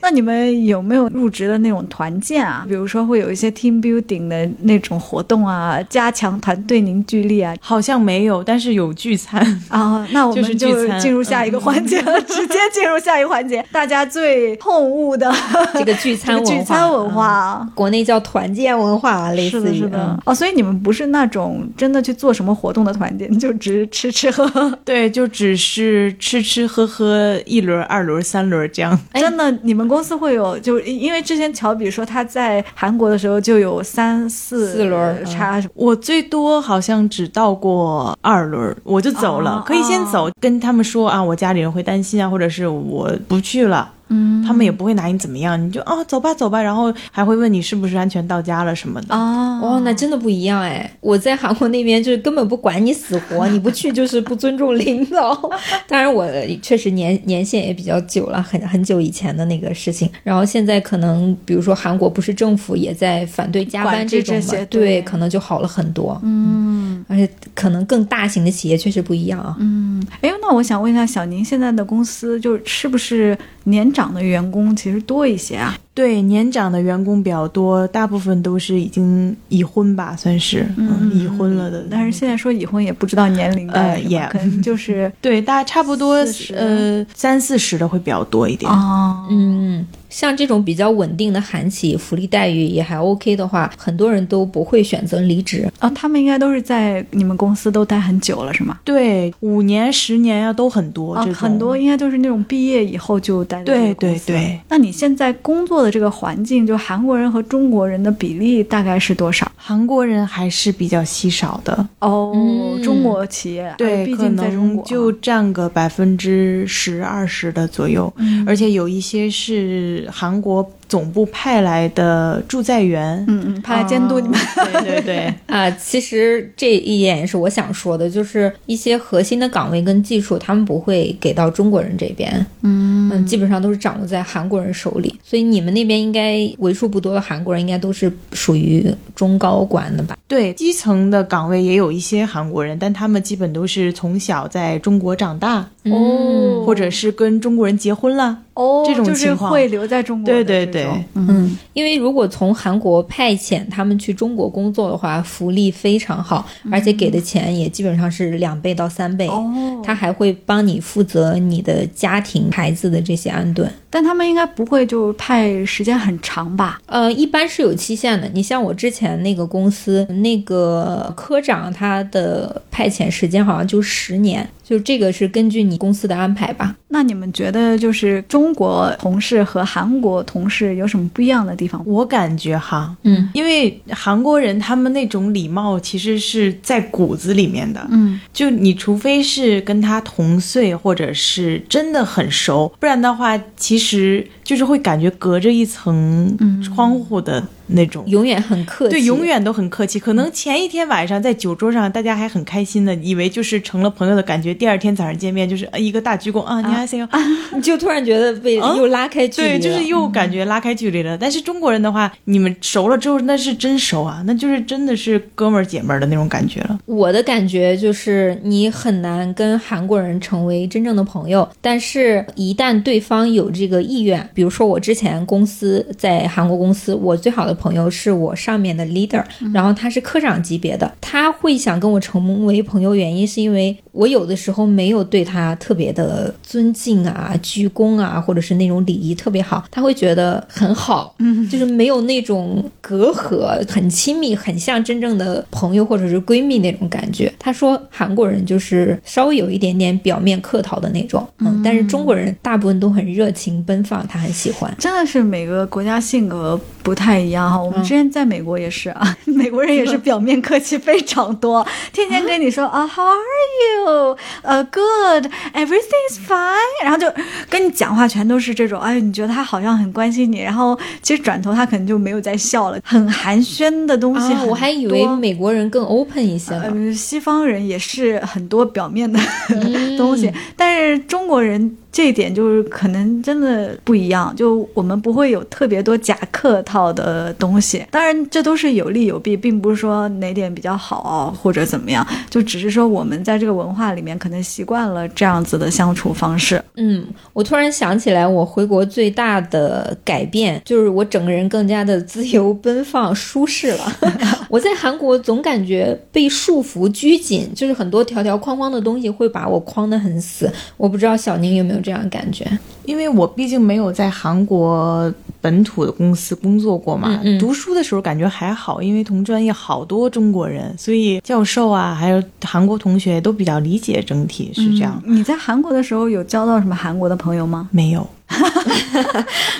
S1: 那你们有没有入职的那种团建啊？比如说会有一些 team building 的那种活动啊，加强团队凝聚力啊？
S3: 好像没有，但是有聚餐。
S1: 啊，那我
S3: 就是
S1: 们
S3: 聚
S1: 就
S3: 餐
S1: 进入下一个环节 了，直接进入下一个环节，大家最痛恶的
S2: 这个聚
S1: 这
S2: 餐
S1: 个
S2: 文化，
S1: 聚餐文化啊。
S2: 国内叫团建文化啊，类
S1: 是
S2: 似
S1: 的，
S2: 于
S1: 是的
S2: 嗯，
S1: 哦，所以你们不是那种真的去做什么活动的团建，就只吃吃喝喝。
S3: 对，就只是吃吃喝喝一轮、二轮、三轮这样。
S2: 哎
S1: 真的，你们公司会有，就因为之前乔比说他在韩国的时候就有三四
S2: 四轮儿
S1: 差什么，
S3: 我最多好像只到过二轮儿，我就走了，
S1: 哦
S3: 可以先走，跟他们说啊，我家里人会担心啊，或者是我不去了。
S1: 嗯，
S3: 他们也不会拿你怎么样，你就啊、走吧走吧，然后还会问你是不是安全到家了什么的。
S1: 啊，
S2: 哦，那真的不一样哎！我在韩国那边就是根本不管你死活，你不去就是不尊重领导。 当然，我确实年年限也比较久了，很很久以前的那个事情。然后现在可能，比如说韩国不是政府也在反对加班
S1: 管制
S2: 种嘛，
S1: 这些
S2: 对，
S1: 对
S2: 可能就好了很多。
S1: 嗯
S2: 而且可能更大型的企业确实不一样啊。
S1: 嗯，哎，那我想问一下，小宁现在的公司就是是不是年长的员工其实多一些啊？
S3: 对，年长的员工比较多，大部分都是已经已婚吧，算是
S1: 嗯
S3: 已婚了的。
S1: 但是现在说已婚也不知道年龄的
S3: 呃
S1: 什么，
S3: 也
S1: 可能就是
S3: 对，大概差不多
S1: 40
S3: 呃三四十的会比较多一点。
S1: 哦，
S2: 嗯，像这种比较稳定的韩企，福利待遇也还 OK 的话，很多人都不会选择离职。
S1: 哦，他们应该都是在你们公司都待很久了，是吗？
S3: 对，五年、十年呀、都啊很多，
S1: 哦
S3: 这，种
S1: 很多应该都是那种毕业以后就待在这
S3: 对
S1: 个公
S3: 对
S1: 司
S3: 对，
S1: 那你现在工作的这个环境，就韩国人和中国人的比例大概是多少？
S3: 韩国人还是比较稀少的，哎
S1: 哦，
S2: 嗯
S1: 中国企业，
S3: 对，
S1: 毕
S3: 可
S1: 竟在中
S3: 能
S1: 国
S3: 就占个百分之十二十的左右，
S1: 嗯
S3: 而且有一些是韩国总部派来的驻在员，
S1: 嗯嗯，派来监督你们。
S3: 啊对对对，
S2: 啊、其实这一点也是我想说的，就是一些核心的岗位跟技术，他们不会给到中国人这边，
S1: 嗯
S2: 嗯，基本上都是掌握在韩国人手里。所以你们那边应该为数不多的韩国人，应该都是属于中高管的吧？
S3: 对，基层的岗位也有一些韩国人，但他们基本都是从小在中国长大，
S2: 嗯
S1: 哦
S3: 或者是跟中国人结婚了，
S1: 哦，
S3: 这种
S1: 就是
S3: 情况
S1: 会留在中国的
S3: 对
S1: 这
S3: 对
S1: 种。
S3: 对
S1: 嗯，
S2: 嗯，因为如果从韩国派遣他们去中国工作的话，福利非常好，而且给的钱也基本上是两倍到三倍。
S1: 嗯哦，
S2: 他还会帮你负责你的家庭、孩子的这些安顿。
S1: 但他们应该不会就派时间很长吧？
S2: 呃，一般是有期限的。你像我之前那个公司，那个科长他的派遣时间好像就十年，就这个是根据你公司的安排吧。
S1: 那你们觉得就是中国同事和韩国同事有什么不一样的地方吗？
S3: 我感觉哈，
S2: 嗯，
S3: 因为韩国人他们那种礼貌其实是在骨子里面的，
S1: 嗯，
S3: 就你除非是跟他同岁或者是真的很熟，不然的话，其实就是会感觉隔着一层窗户的那种。
S2: 永远很客气，
S3: 对，永远都很客气。可能前一天晚上在酒桌上，大家还很开心的，以为就是成了朋友的感觉。第二天早上见面，就是呃一个大鞠躬啊，你好，先生。
S2: 你 就突然觉得被
S3: 啊
S2: 又拉开距离了、
S3: 对，就是又感觉拉开距离了。但是中国人的话，你们熟了之后，那是真熟啊，那就是真的是哥们儿姐们儿的那种感觉了。
S2: 我的感觉就是，你很难跟韩国人成为真正的朋友，但是，一旦对方有这个意愿，比如说我之前公司在韩国公司，我最好的朋友是我上面的 leader，然后他是科长级别的，他会想跟我成为朋友，原因是因为我有的时候没有对他特别的尊敬啊、鞠躬啊，或者是那种礼仪特别好，他会觉得很好，嗯，就是没有那种隔阂，很亲密，很像真正的朋友或者是闺蜜那种感觉。他说韩国人就是
S1: 嗯
S2: 稍微有一点点表面客套的那种，嗯，但是中国人大部分都很热情奔放，他很很喜欢。
S1: 真的是每个国家性格不太一样哈。
S2: 嗯
S1: 我们之前在美国也是啊， 美国人也是表面客气非常 多，天天跟你说啊、h o w are you？呃、g o o d everything's fine。然后就跟你讲话全都是这种，哎，你觉得他好像很关心你，然后其实转头他可能就没有再笑了，很寒暄的东西
S2: 啊，
S1: 很
S2: 我还以为
S1: 多
S2: 美国人更 open 一些呢。
S1: 呃，西方人也是很多表面的呃东西，但是中国人这一点就是可能真的不一样，就我们不会有特别多假客套的东西。当然，这都是有利有弊，并不是说哪点比较好啊、或者怎么样，就只是说我们在这个文化里面可能习惯了这样子的相处方式。
S2: 嗯，我突然想起来，我回国最大的改变就是我整个人更加的自由奔放、舒适了。 我在韩国总感觉被束缚、拘谨，就是很多条条框框的东西会把我框得很死。我不知道小宁有没有这样的感觉？
S3: 因为我毕竟没有在韩国本土的公司工作过嘛，
S2: 嗯嗯
S3: 读书的时候感觉还好，因为同专业好多中国人，所以教授啊，还有韩国同学都比较理解整体是这样。
S1: 你在韩国的时候有交到什么韩国的朋友吗？
S3: 没 有，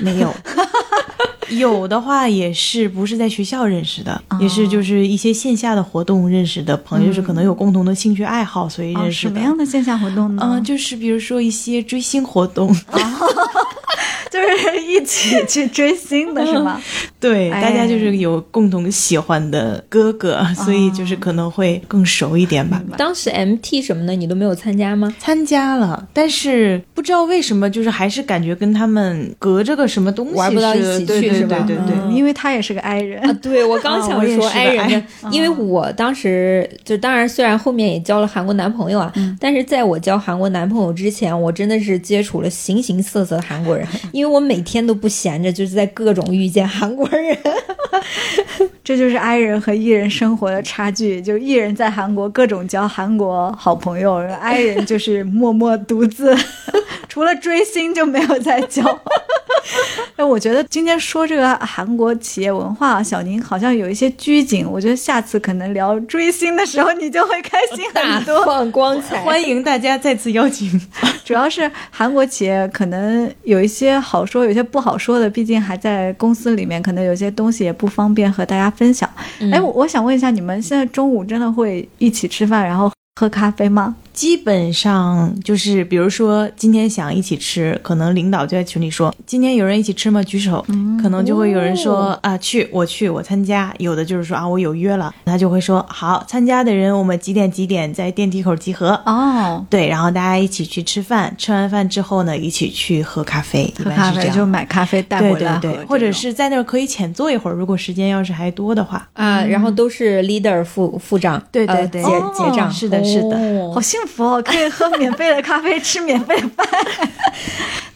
S3: 没有。有的话也是不是在学校认识的，
S1: 哦
S3: 也是就是一些线下的活动认识的朋友，就是可能有共同的兴趣爱好，所以
S1: 啊，
S3: 认识
S1: 嗯什
S3: 的。
S1: 么样的呃线下活动呢？
S3: 嗯，就是比如说一些追星活动，
S1: 就是一起去追星的是吗？
S3: 对，
S1: 哎
S3: 大家就是有共同喜欢的哥哥，
S2: 哦
S3: 所以就是可能会更熟一点吧。
S2: 当时 MT 什么的你都没有参加吗？
S3: 参加了，但是不知道为什么，就是还是感觉跟他们隔着个什么东西
S2: 玩不到一
S3: 是
S2: 起
S3: 对
S2: 去
S3: 对
S2: 是吧
S3: 对对对，
S1: 嗯因为他也是个 I 人
S2: 啊，对我刚
S3: 啊
S2: 想
S3: 我也
S2: 说
S3: 是的
S2: i 人
S3: 哎
S2: 的，因为我当时就当然虽然后面也交了韩国男朋友啊，
S3: 嗯
S2: 但是在我交韩国男朋友之前，我真的是接触了形形色色的韩国 人，因为我每天都不闲着，就是在各种遇见韩国 人。
S1: 这就是 i 人和 e 人生活的差距，就 e 人在韩国各种交韩国好朋友然后，i 人就是默默独自， 除了追星就没有再交。 那我觉得今天说这个韩国企业文化，啊小宁好像有一些拘谨，我觉得下次可能聊追星的时候，你就会开心
S2: 大
S1: 很多。
S2: 放光彩，
S3: 欢迎大家再次邀请。
S1: 主要是韩国企业可能有一些好说，有些不好说的，毕竟还在公司里面，可能有些东西也不方便和大家分享。
S3: 嗯
S1: 哎、我我想问一下，你们现在中午真的会一起吃饭，然后喝咖啡吗？
S3: 基本上就是，比如说今天想一起吃，可能领导就在群里说：“今天有人一起吃吗？举手。
S1: 嗯
S3: 可能就会有人说：“
S2: 哦
S3: 啊，去，我去，我参加。”有的就是说：“啊，我有约了。”他就会说：“好，参加的人我们几点几点在电梯口集合。
S1: 哦，
S3: 对，然后大家一起去吃饭，吃完饭之后呢，一起去喝咖啡，一
S1: 喝
S3: 般
S1: 咖
S3: 是这
S1: 啡
S3: 样。
S1: 就买咖啡带
S3: 对
S1: 回来
S3: 对
S1: 喝
S3: 对，或者是在那儿可以浅坐一会儿，如果时间要是还多的话。
S2: 啊，然后都是 leader 副副长，
S3: 嗯对对
S2: 呃
S3: 对
S1: 哦
S2: 结结账，
S3: 是的是的
S2: 哦
S1: 好幸福哦，可以喝免费的咖啡，吃免费的 饭。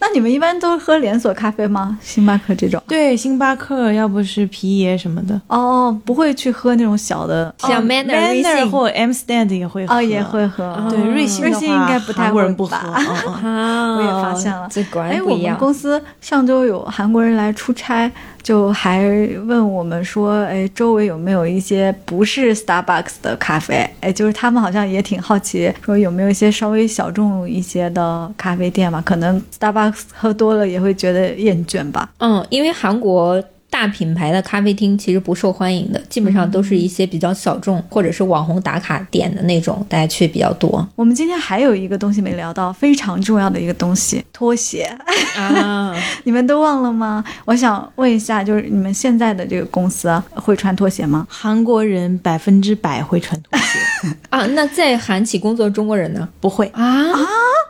S1: 那你们一般都喝连锁咖啡吗？星巴克这种？
S3: 对，星巴克要不是皮爷什么的，
S1: 哦，不会去喝那种小的
S2: 像 Manner 微
S3: 哦 Manner
S2: 信
S3: 或 M Stand 也会喝
S1: 哦，也会喝。
S3: 对，瑞幸
S1: 瑞
S3: 的
S1: 幸
S3: 话
S1: 应该不太
S3: 韩国人
S1: 会
S3: 不喝。
S1: 吧
S3: 嗯嗯
S2: 啊，
S1: 我也发现了
S2: 这果然
S1: 哎，
S2: 不
S1: 我
S2: 一
S1: 们
S2: 样。
S1: 公司上周有韩国人来出差，就还问我们说，哎，周围有没有一些不是 Starbucks 的咖啡？哎，就是他们好像也挺好奇，说有没有一些稍微小众一些的咖啡店嘛？可能 Starbucks 喝多了也会觉得厌倦吧。
S2: 嗯，因为韩国大品牌的咖啡厅其实不受欢迎的，基本上都是一些比较小众或者是网红打卡点的那种，大家去比较多
S1: 我们今天还有一个东西没聊到，非常重要的一个东西——拖鞋。
S2: 啊。
S1: 你们都忘了吗？我想问一下，就是你们现在的这个公司啊会穿拖鞋吗？
S3: 韩国人百分之百会穿拖 鞋，
S2: 啊，那在韩企工作的中国人呢？
S3: 不会，
S2: 啊啊，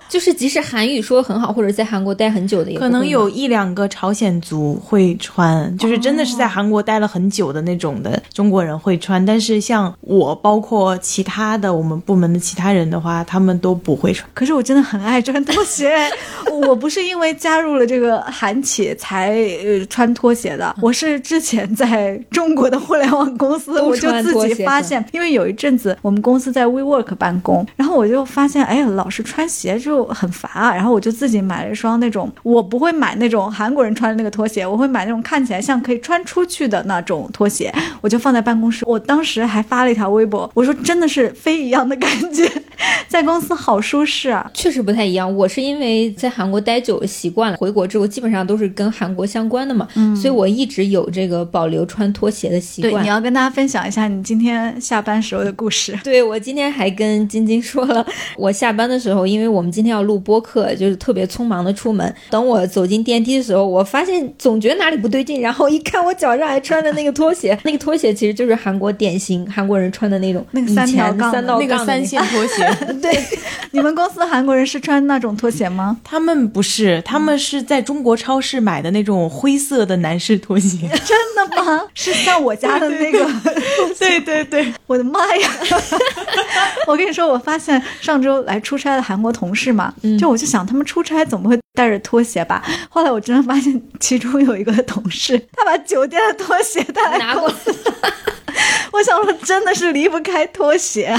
S2: 就是即使韩语说得很好，或者在韩国待很久的也不
S3: 可
S2: 会
S3: 能有
S2: 吗
S3: 一两个朝鲜族会穿，就是真的是在韩国待了很久的那种的中国人会穿，但是像我，包括其他的我们部门的其他人的话，他们都不会穿。
S1: 可是我真的很爱穿拖 鞋，我不是因为加入了这个韩企才呃穿拖鞋的，
S2: 嗯
S1: 我是之前在中国的互联网公司，
S2: 都
S1: 我就
S2: 穿
S1: 自
S2: 拖
S1: 己
S2: 鞋
S1: 发
S2: 的
S1: 现，因为有一阵子我们公司在 WeWork 办公，然后我就发现，哎呀，老是穿鞋就很烦啊，然后我就自己买了一双那种，我不会买那种韩国人穿的那个拖鞋，我会买那种看起来像可以穿出去的那种拖鞋，我就放在办公室。我当时还发了一条微博，我说真的是飞一样的感觉，在公司好舒适啊。
S2: 确实不太一样。我是因为在韩国待久了习惯了，回国之后基本上都是跟韩国相关的嘛，所以我一直有这个保留穿拖鞋的习
S1: 对，
S2: 惯
S1: 你。要跟大家分享一下你今天下班时候的故事。
S2: 对，我今天还跟晶晶说了，我下班的时候，因为我们今天要录播客，就是特别匆忙的出门。等我走进电梯的时候，我发现总觉得哪里不对劲，然后一看我脚上还穿着那个拖鞋，那个拖鞋其实就是韩国典型韩国人穿的那种，
S1: 那个
S2: 以
S1: 三条
S2: 前
S1: 杠的
S2: 三道
S3: 哦
S1: 那
S2: 杠的那种。
S3: 拖鞋，
S1: 呃
S2: 对，
S1: 你们公司韩国人是穿那种拖鞋吗？
S3: 他们不是，他们是在中国超市买的那种灰色的男士拖鞋。
S1: 真的吗？是像我家的那个，
S3: 对对对，
S1: 我的妈呀！ 我跟你说，我发现上周来出差的韩国同事嘛，就我就想他们出差总不会带着拖鞋吧？后来我真的发现，其中有一个同事，他把酒店的拖鞋带来
S2: 拿过来。
S1: 我想说，真的是离不开拖鞋、 啊，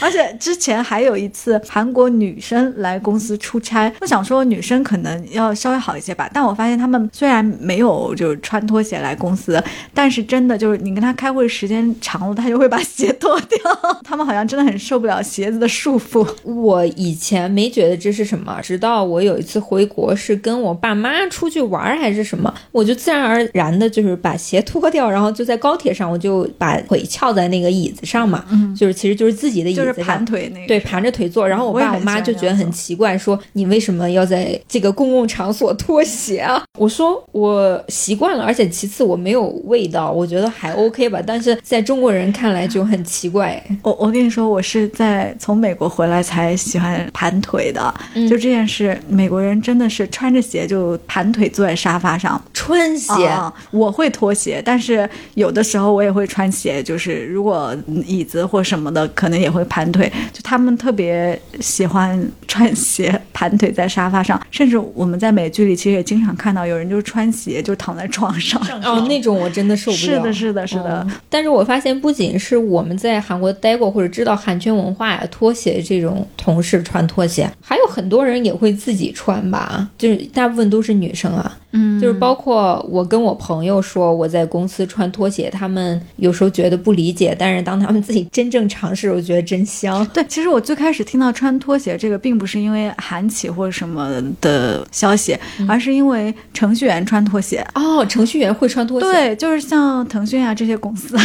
S1: 而且之前还有一次韩国女生来公司出差，我想说女生可能要稍微好一些吧，但我发现她们虽然没有就是穿拖鞋来公司，但是真的就是你跟她开会时间长了，她就会把鞋脱掉， 她们好像真的很受不了鞋子的束缚。
S2: 我以前没觉得这是什么，直到我有一次回国，是跟我爸妈出去玩儿还是什么，我就自然而然的就是把鞋脱掉，然后就在高铁上，我就把腿翘在那个椅子上嘛，就是其实嗯就是自己的椅
S1: 就是
S2: 子
S1: 盘
S2: 上。
S1: 腿那个，
S2: 对，盘着腿坐，然后我
S1: 我也
S2: 爸
S1: 很
S2: 我妈
S1: 喜欢
S2: 就
S1: 这
S2: 觉得
S1: 样
S2: 很
S1: 做
S2: 奇怪，说你为什么要在这个公共场所脱鞋啊？ 我说我习惯了，而且其次我没有味道，我觉得还 OK 吧，但是在中国人看来就很奇怪。
S1: 我我跟你说，我是在从美国回来才喜欢盘腿的，
S2: 嗯
S1: 就这件事，美国人真的是穿着鞋就盘腿坐在沙发上。
S2: 穿鞋，
S1: 啊我会脱鞋，但是有的时候我也会穿鞋，就是如果嗯椅子或什么的，可能也会盘腿。就他们特别喜欢穿鞋盘腿在沙发上，甚至我们在美剧里其实也经常看到有人就是穿鞋就躺在床上。
S2: 哦，那种我真的 受不了。
S1: 是的，是的，是的，
S2: 嗯但是我发现，不仅是我们在韩国待过或者知道韩圈文化呀、拖鞋这种同事穿拖鞋，还有很多人也会自己穿吧，就是大部分都是女生啊。嗯，就是包括我跟我朋友说我在公司穿拖鞋，他们有时候觉得不理解，但是当他们自己真正尝试，我觉得真香。
S1: 对，其实我最开始听到穿拖鞋这个，并不是因为韩企或者什么的消息，
S2: 嗯
S1: 而是因为程序员穿拖鞋。
S2: 哦，程序员会穿拖鞋，
S1: 对，就是像腾讯啊这些公 司，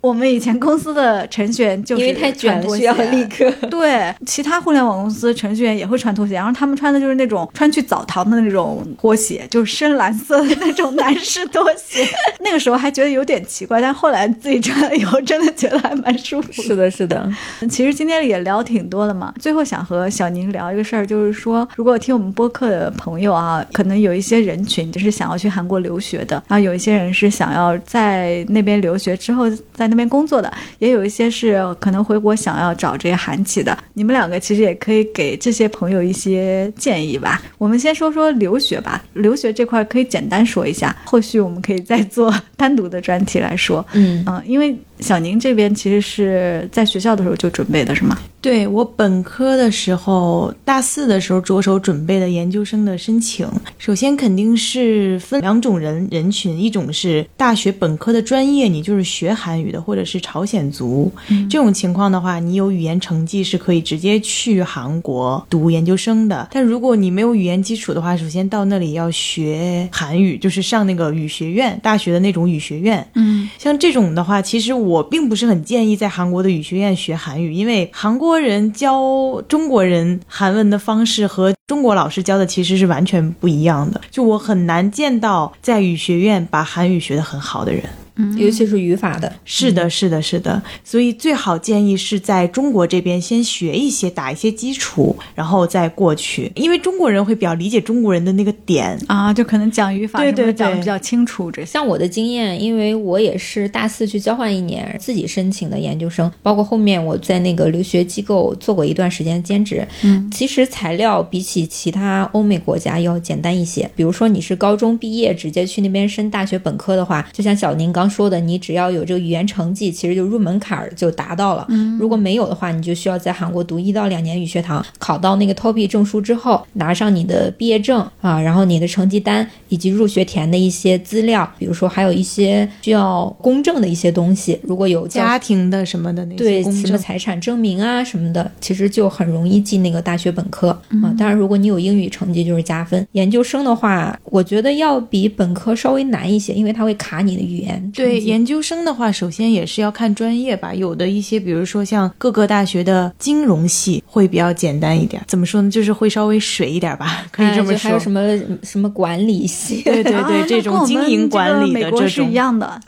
S1: 我们以前公司的程序员就是
S2: 因为太卷
S1: 穿
S2: 了，
S1: 拖
S2: 需
S1: 鞋
S2: 要立刻。
S1: 对，其他互联网公司程序员也会穿拖鞋，然后他们穿的就是那种穿去澡堂的那种拖鞋，就是深蓝色的那种男士拖鞋。 那个时候还觉得有点奇怪，但后来自己穿了以后，真的觉得还蛮舒服的。
S2: 是的，是的，
S1: 其实今天也聊挺多的嘛，最后想和小宁聊一个事儿，就是说，如果听我们播客的朋友啊，可能有一些人群就是想要去韩国留学的，然后有一些人是想要在那边留学之后在那边工作的，也有一些是可能回国想要找这些韩企的。你们两个其实也可以给这些朋友一些建议吧。我们先说说留学吧，留学这块可以简单说一下，后续我们可以再做单独的专题来说。
S2: 嗯，
S1: 嗯，因为小宁这边其实是在学校的时候就准备的，是吗？
S3: 对我本科的时候，大四的时候着手准备的研究生的申请，首先肯定是分两种人人群，一种是大学本科的专业，你就是学韩语的，或者是朝鲜族，这种情况的话，你有语言成绩是可以直接去韩国读研究生的。但如果你没有语言基础的话，首先到那里要学韩语，就是上那个语学院，大学的那种语学院。嗯，像这种的话，其实我并不是很建议在韩国的语学院学韩语，因为韩国人教中国人韩文的方式和中国老师教的其实是完全不一样的。就我很难见到在语学院把韩语学得很好的人。
S2: 尤其是语法的，
S3: 是
S2: 嗯
S3: 的，是的，是的，所以最好建议是在中国这边先学一些，打一些基础，然后再过去，因为中国人会比较理解中国人的那个点。
S1: 啊，就可能讲语法
S3: 对
S1: 什么
S3: 对
S1: 的讲的
S3: 对
S1: 比较清楚这些。
S2: 像我的经验，因为我也是大四去交换一年，自己申请的研究生，包括后面我在那个留学机构做过一段时间兼职。嗯，其实材料比起其他欧美国家要简单一些。比如说你是高中毕业直接去那边申大学本科的话，就像小宁刚刚说的，你只要有这个语言成绩，其实就入门槛儿就达到了。嗯，如果没有的话，你就需要在韩国读一到两年语学堂，考到那个 TOPE 证书之后，拿上你的毕业证啊，然后你的成绩单以及入学填的一些资料，比如说还有一些需要公证的一些东西，如果有教
S3: 家庭的什么的那些
S2: 对
S3: 公
S2: 什么
S3: 证，
S2: 财产证明啊什么的，其实就很容易进那个大学本科、啊。当然，如果你有英语成绩就是加分。研究生的话，我觉得要比本科稍微难一些，因为它会卡你的语言。
S3: 对，研究生的话，首先也是要看专业吧。有的一些，比如说像各个大学的金融系会比较简单一点，怎么说呢？就是会稍微水一点吧， 可以这
S2: 哎
S3: 么
S2: 就
S3: 说。
S2: 还有什么什么管理系，
S3: 对对 对，
S1: 啊
S3: 这
S1: 那跟
S3: 种
S1: 我
S3: 经
S1: 们
S3: 营管理
S1: 这
S3: 的
S1: 个美国
S3: 这
S1: 是一
S3: 种，
S1: 样的，啊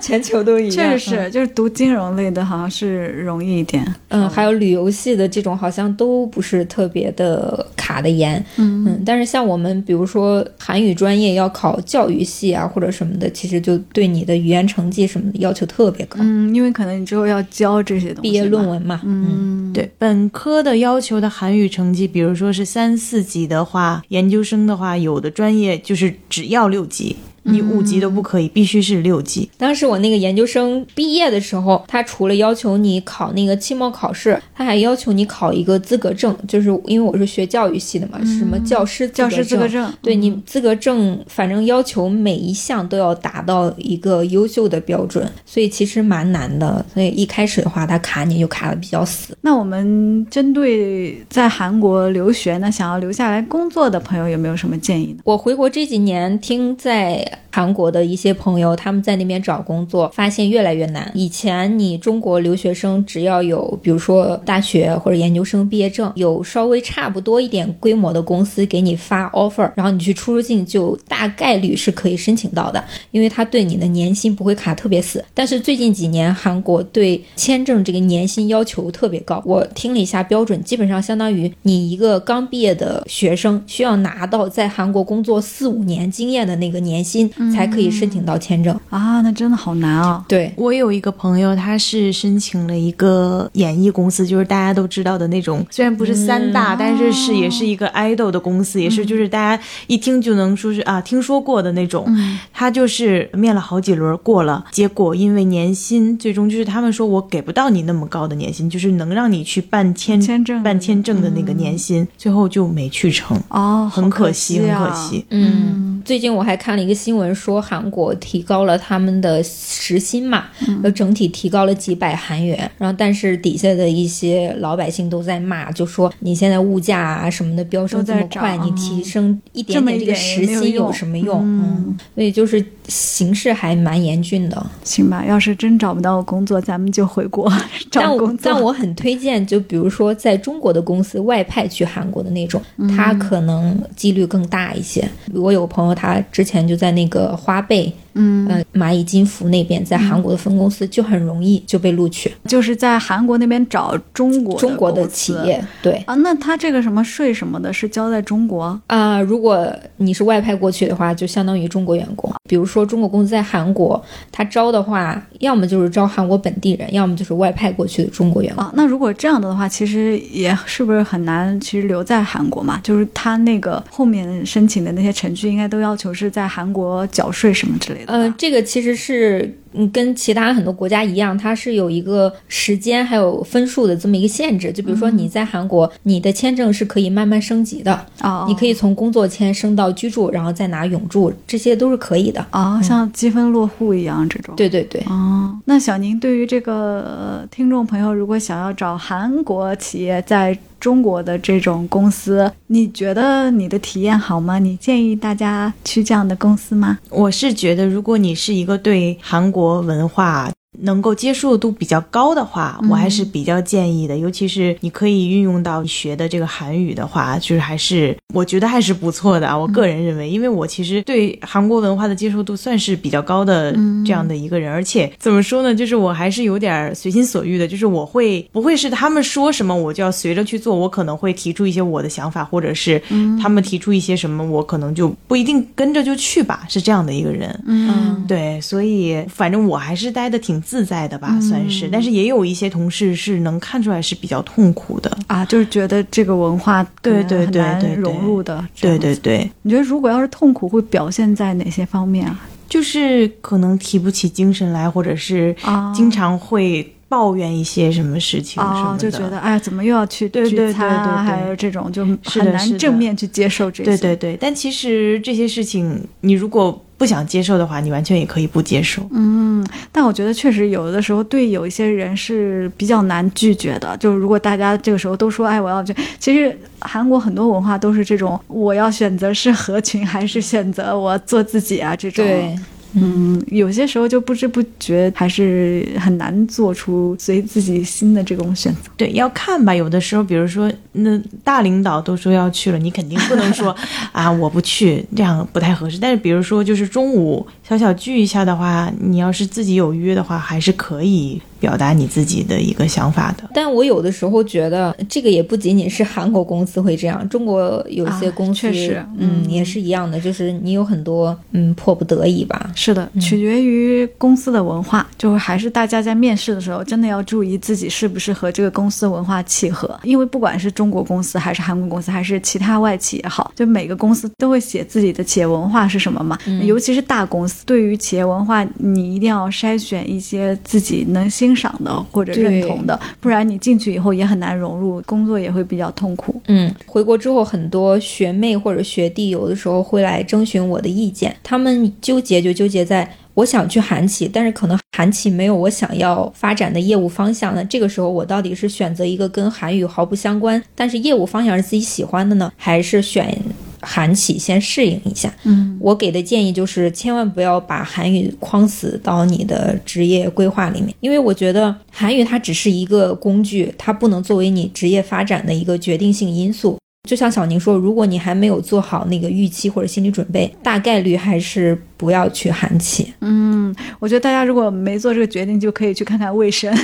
S2: 全球都一样。
S1: 确实就是读金融类的，好像是容易一点。
S2: 嗯，还有旅游系的这种好像都不是特别的卡的严，嗯但是像我们比如说韩语专业要考教育系啊或者什么的，其实就对你的语言成绩什么的要求特别高，
S1: 嗯，因为可能你之后要教这些东西嘛，
S2: 毕业论文嘛，嗯
S3: 对本科的要求的韩语成绩，比如说是三四级的话，研究生的话，有的专业就是只要六级，你五级都不可以，必须是六级。
S2: 当时我那个研究生毕业的时候，他除了要求你考那个期末考试，他还要求你考一个资格证，就是因为我是学教育系的嘛，是什么教师
S1: 嗯教师资格证。
S2: 对你资格证，反正要求每一项都要达到一个优秀的标准，所以其实蛮难的。所以一开始的话，他卡你就卡的比较死。
S1: 那我们针对在韩国留学呢，想要留下来工作的朋友，有没有什么建议呢？
S2: 我回国这几年，听在韩国的一些朋友，他们在那边找工作，发现越来越难。以前你中国留学生只要有，比如说大学或者研究生毕业证，有稍微差不多一点规模的公司给你发 offer，然后你去出入境就大概率是可以申请到的。因为他对你的年薪不会卡特别死。但是最近几年，韩国对签证这个年薪要求特别高。我听了一下标准，基本上相当于你一个刚毕业的学生需要拿到在韩国工作四五年经验的那个年薪，才可以申请到签证。
S1: 啊，那真的好难啊！
S2: 对，
S3: 我有一个朋友，他是申请了一个演艺公司，就是大家都知道的那种，虽然不是三大，但是是也是一
S1: 嗯
S3: 个 idol 的公司，也是就是大家一听就能说是啊听说过的那种。
S1: 嗯
S3: 他就是面了好几轮过了，结果因为年薪，最终就是他们说我给不到你那么高的年薪，就是能让你去办签
S1: 签证
S3: 办签证的那个年薪，最后就没去成，
S1: 哦，
S3: 很
S1: 可
S3: 惜，
S1: 啊
S3: 很可。惜。
S2: 嗯，最近我还看了一个新闻，说韩国提高了他们的时薪嘛，
S1: 嗯
S2: 呃、整体提高了几百韩元。然后，但是底下的一些老百姓都在骂，就说你现在物价啊什么的飙升
S1: 都
S2: 这
S1: 在
S2: 么快，
S1: 涨
S2: 你提升一点
S1: 这么
S2: 点
S1: 一
S2: 这个
S1: 点
S2: 时
S1: 也没有
S2: 薪有
S1: 用
S2: 什么用？嗯，所以就是形势还蛮严峻的。
S1: 行吧，要是真找不到工作，咱们就回 国
S2: 但
S1: 找
S2: 我
S1: 工作。
S2: 但我很推荐，就比如说在中国的公司外派去韩国的那种，
S1: 嗯
S2: 它可能几率更大一些。我有个朋友，他之前就在那个花呗，嗯，呃，蚂蚁金服那边，在韩国的分公司就很容易就被录取，
S1: 就是在韩国那边找中国
S2: 中国的
S1: 公司
S2: 企业对。
S1: 啊，那他这个什么税什么的，是交在中国？
S2: 啊、如果你是外派过去的话，就相当于中国员工。比如说，中国公司在韩国，他招的话，要么就是招韩国本地人，要么就是外派过去的中国员工。
S1: 啊，那如果这样的话，其实也是不是很难？其实留在韩国嘛，就是他那个后面申请的那些程序，应该都要求是在韩国缴税什么之类的吧。
S2: 呃，这个其实是嗯跟其他很多国家一样，它是有一个时间还有分数的这么一个限制。就比如说你在韩国，你的签证是可以慢慢升级的，
S1: 哦，
S2: 你可以从工作签升到居住，然后再拿永住，这些都是可以的。
S1: 啊、像积分落户一样这种。。
S2: 对对对，
S1: 哦，那小宁对于这个呃听众朋友，如果想要找韩国企业在中国的这种公司，你觉得你的体验好吗？你建议大家去这样的公司吗？
S3: 我是觉得，如果你是一个对韩国文化能够接受度比较高的话，我还是比较建议的。尤其是你可以运用到你学的这个韩语的话，就是还是我觉得还是不错的啊。我个人认为，因为我其实对韩国文化的接受度算是比较高的这样的一个人，而且怎么说呢，就是我还是有点随心所欲的，就是我会不会是他们说什么我就要随着去做，我可能会提出一些我的想法，或者是他们提出一些什么，我可能就不一定跟着就去吧，是这样的一个人。
S2: 嗯，
S3: 对，所以反正我还是待的挺自在的吧，
S1: 嗯
S3: 算是。但是也有一些同事是能看出来是比较痛苦的。
S1: 啊，就是觉得这个文化可
S3: 对
S1: 能
S3: 对
S1: 很
S3: 对
S1: 难
S3: 对对
S1: 融入的，
S3: 对对对，
S1: 你觉得如果要是痛苦会表现在哪些方面啊？
S3: 就是可能提不起精神来，或者是
S1: 啊
S3: 经常会抱怨一些什么事情什
S1: 哦
S3: 么，的，
S1: 就觉得哎呀，怎么又要去
S3: 对
S1: 聚
S3: 对
S1: 餐
S3: 对对
S1: 啊，
S3: 对
S1: 还有这种就是很
S3: 的是
S1: 难
S3: 的
S1: 正面去接受这些。
S3: 对对对。但其实这些事情，你如果不想接受的话，你完全也可以不接受。
S1: 嗯，但我觉得确实有的时候对有一些人是比较难拒绝的。就是如果大家这个时候都说“哎，我要这”，其实韩国很多文化都是这种，我要选择是合群还是选择我做自己啊这种。
S2: 对，
S1: 嗯，有些时候就不知不觉还是很难做出随自己心的这种选择。
S3: 对，要看吧。有的时候，比如说，那大领导都说要去了，你肯定不能 说啊，我不去，这样不太合适。但是，比如说，就是中午小小聚一下的话，你要是自己有约的话，还是可以表达你自己的一个想法的。
S2: 但我有的时候觉得，这个也不仅仅是韩国公司会这样，中国有些
S1: 啊
S2: 公司，
S1: 确实
S2: 嗯，
S1: 嗯
S2: 也是一样的，就是你有很多，嗯，迫不得已吧。
S1: 是的，取决于公司的文化，就是还是大家在面试的时候，真的要注意自己是不是和这个公司文化契合。因为不管是中国公司，还是韩国公司，还是其他外企也好，就每个公司都会写自己的企业文化是什么嘛。尤其是大公司，对于企业文化，你一定要筛选一些自己能欣赏的或者认同的，不然你进去以后也很难融入，工作也会比较痛苦。
S2: 嗯，回国之后，很多学妹或者学弟有的时候会来征询我的意见，他们纠结就纠结在我想去韩企，但是可能韩企没有我想要发展的业务方向呢。这个时候，我到底是选择一个跟韩语毫不相关，但是业务方向是自己喜欢的呢，还是选韩企先适应一下？
S1: 嗯，
S2: 我给的建议就是，千万不要把韩语框死到你的职业规划里面，因为我觉得韩语它只是一个工具，它不能作为你职业发展的一个决定性因素。就像小宁说，如果你还没有做好那个预期或者心理准备，大概率还是不要去韩企。
S1: 嗯，我觉得大家如果没做这个决定，就可以去看看卫 生，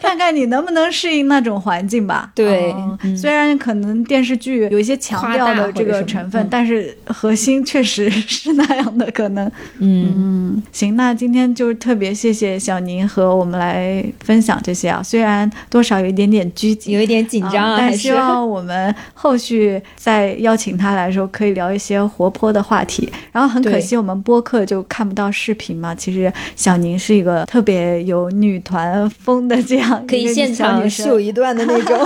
S1: 看看你能不能适应那种环境吧。
S2: 对
S1: 哦
S2: 嗯
S1: 虽然可能电视剧有一些强调
S2: 夸大
S1: 的
S2: 或者
S1: 这
S2: 什
S1: 个
S2: 么
S1: 成分
S2: 嗯，
S1: 但是核心确实是那样的可能。
S2: 嗯，
S1: 嗯，行，那今天就是特别谢谢小宁和我们来分享这些啊，虽然多少有一点点拘谨，
S2: 有一点紧张
S1: 啊
S2: 啊，
S1: 但
S2: 还
S1: 希
S2: 是。
S1: 望我们后续再邀请他来的时候，可以聊一些活泼的话题。 然后很可
S2: 对
S1: 惜，我们播客就看不到视频嘛。其实小宁是一个特别有女团风的这样一个
S2: 可以现
S1: 小
S2: 场
S1: 女
S2: 秀
S1: 生，
S2: 一段的那 种，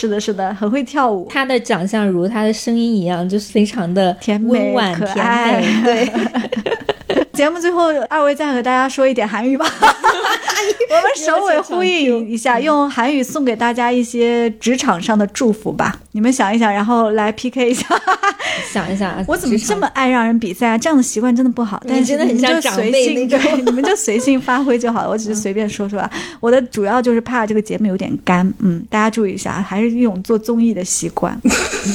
S1: 是的，是的，很会跳舞。
S2: 她的长相如她的声音一样，就是非常的
S1: 甜美
S2: 温婉
S1: 可
S2: 甜
S1: 爱
S2: 美。 对，
S1: 节目最后，二位再和大家说一点韩语吧。 我们首尾呼应一下，用韩语送给大家一些职场上的祝福吧。你们想一想，然后来 PK 一下。
S2: 想一想，
S1: 我怎么
S2: 职场
S1: 这么爱让人比赛啊？这样的习惯真的不好。但是
S2: 真的很
S1: 你们
S2: 像
S1: 就
S2: 长
S1: 随
S2: 辈
S1: 性
S2: 那种
S1: 对，你们就随性发挥就好了。我只是随便说说啊。我的主要就是怕这个节目有点干，嗯，大家注意一下，还是一种做综艺的习惯。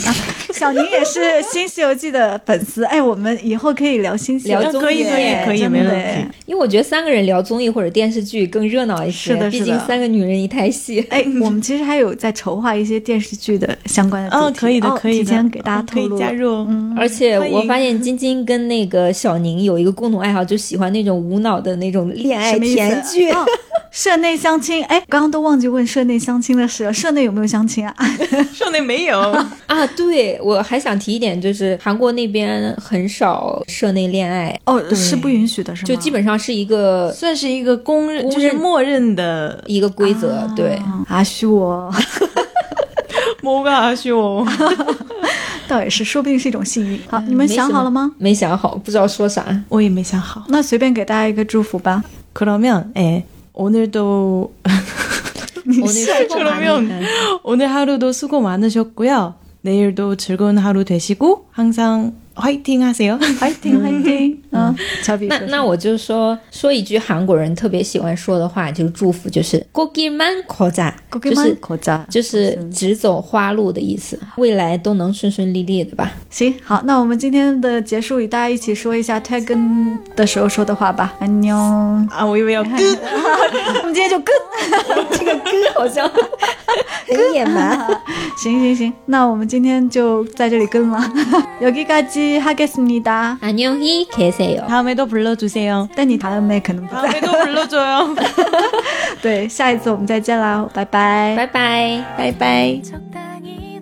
S1: 啊小宁也是《新西游记》的粉丝，哎，我们以后可以聊《新西游
S2: 聊
S1: 记》
S2: 综艺
S3: 可以可以
S2: 耶
S3: 可以，
S1: 真
S3: 没
S1: 的哎
S3: 问题。
S2: 因为我觉得三个人聊综艺或者电视剧更热闹一些，
S1: 是的
S2: 毕
S1: 是的
S2: 竟三个女人一台戏。
S1: 哎，我们其实还有在筹划一些电视剧的相关的主
S3: 嗯，
S1: 题
S3: 可以的
S1: 哦，
S3: 可以的，
S1: 提前给大家
S3: 嗯
S1: 透
S3: 可
S1: 露
S3: 以加
S1: 了。
S3: 入哦。
S1: 嗯，
S2: 而且
S3: 欢迎
S2: 我发现晶晶跟那个小宁有一个共同爱好，就喜欢那种无脑的那种恋爱
S1: 什么意思
S2: 甜 剧。
S1: 哦社内相亲，哎，刚刚都忘记问社内相亲的事了。社内有没有相亲啊？
S3: 少内没有，
S2: 啊，对，我还想提一点，就是韩国那边很少社内恋爱，
S1: 哦，是不允许的，是吗？
S2: 就基本上是一个
S3: 算是一个公认，
S2: 公
S3: 就是
S2: 认
S3: 默认 的
S2: 一个规则。对，
S1: 啊阿虚 我
S3: 某个阿兄。
S1: 倒也是，说不定是一种幸运。好，你们
S2: 没什
S1: 想
S2: 么
S1: 好了吗？
S2: 没想好，不知道说啥。
S3: 我也没想好。
S1: 那随便给大家一个祝福吧。
S3: 그러면 예. 오늘도
S2: 我那
S3: 出了没有 오늘 하루도 수고 많으셨고요. 내일도 즐거운 하루 되시고 항상 화이팅 하세요.
S1: 欢迎欢迎，嗯，乔比
S2: 那
S1: 说
S2: 那我就说说一句韩国人特别喜欢说的话，就是祝福，就是고길만걷자，
S1: 说
S2: 就是
S1: 口罩
S2: 就是只走花路的意思，未来都能顺顺利利的吧。
S1: 行好，那我们今天的结束，与大家一起说一下퇴근的时候说的话吧。安妞，
S3: 아, 오이웨요. 끝.
S1: 我们今天就跟，
S2: 这个歌好像 很野蛮。
S1: 行行行，那我们今天就在这里跟了。 여기까지하겠습니다。
S2: 안녕히계세요，
S3: 다음에도 불러주세요.
S1: 但你谈的妹可能 不在。
S3: 다음에도 불러줘요.
S1: 对，下一次我们再见啦，拜拜。
S2: 拜拜。
S3: 바이바이.
S4: 적당히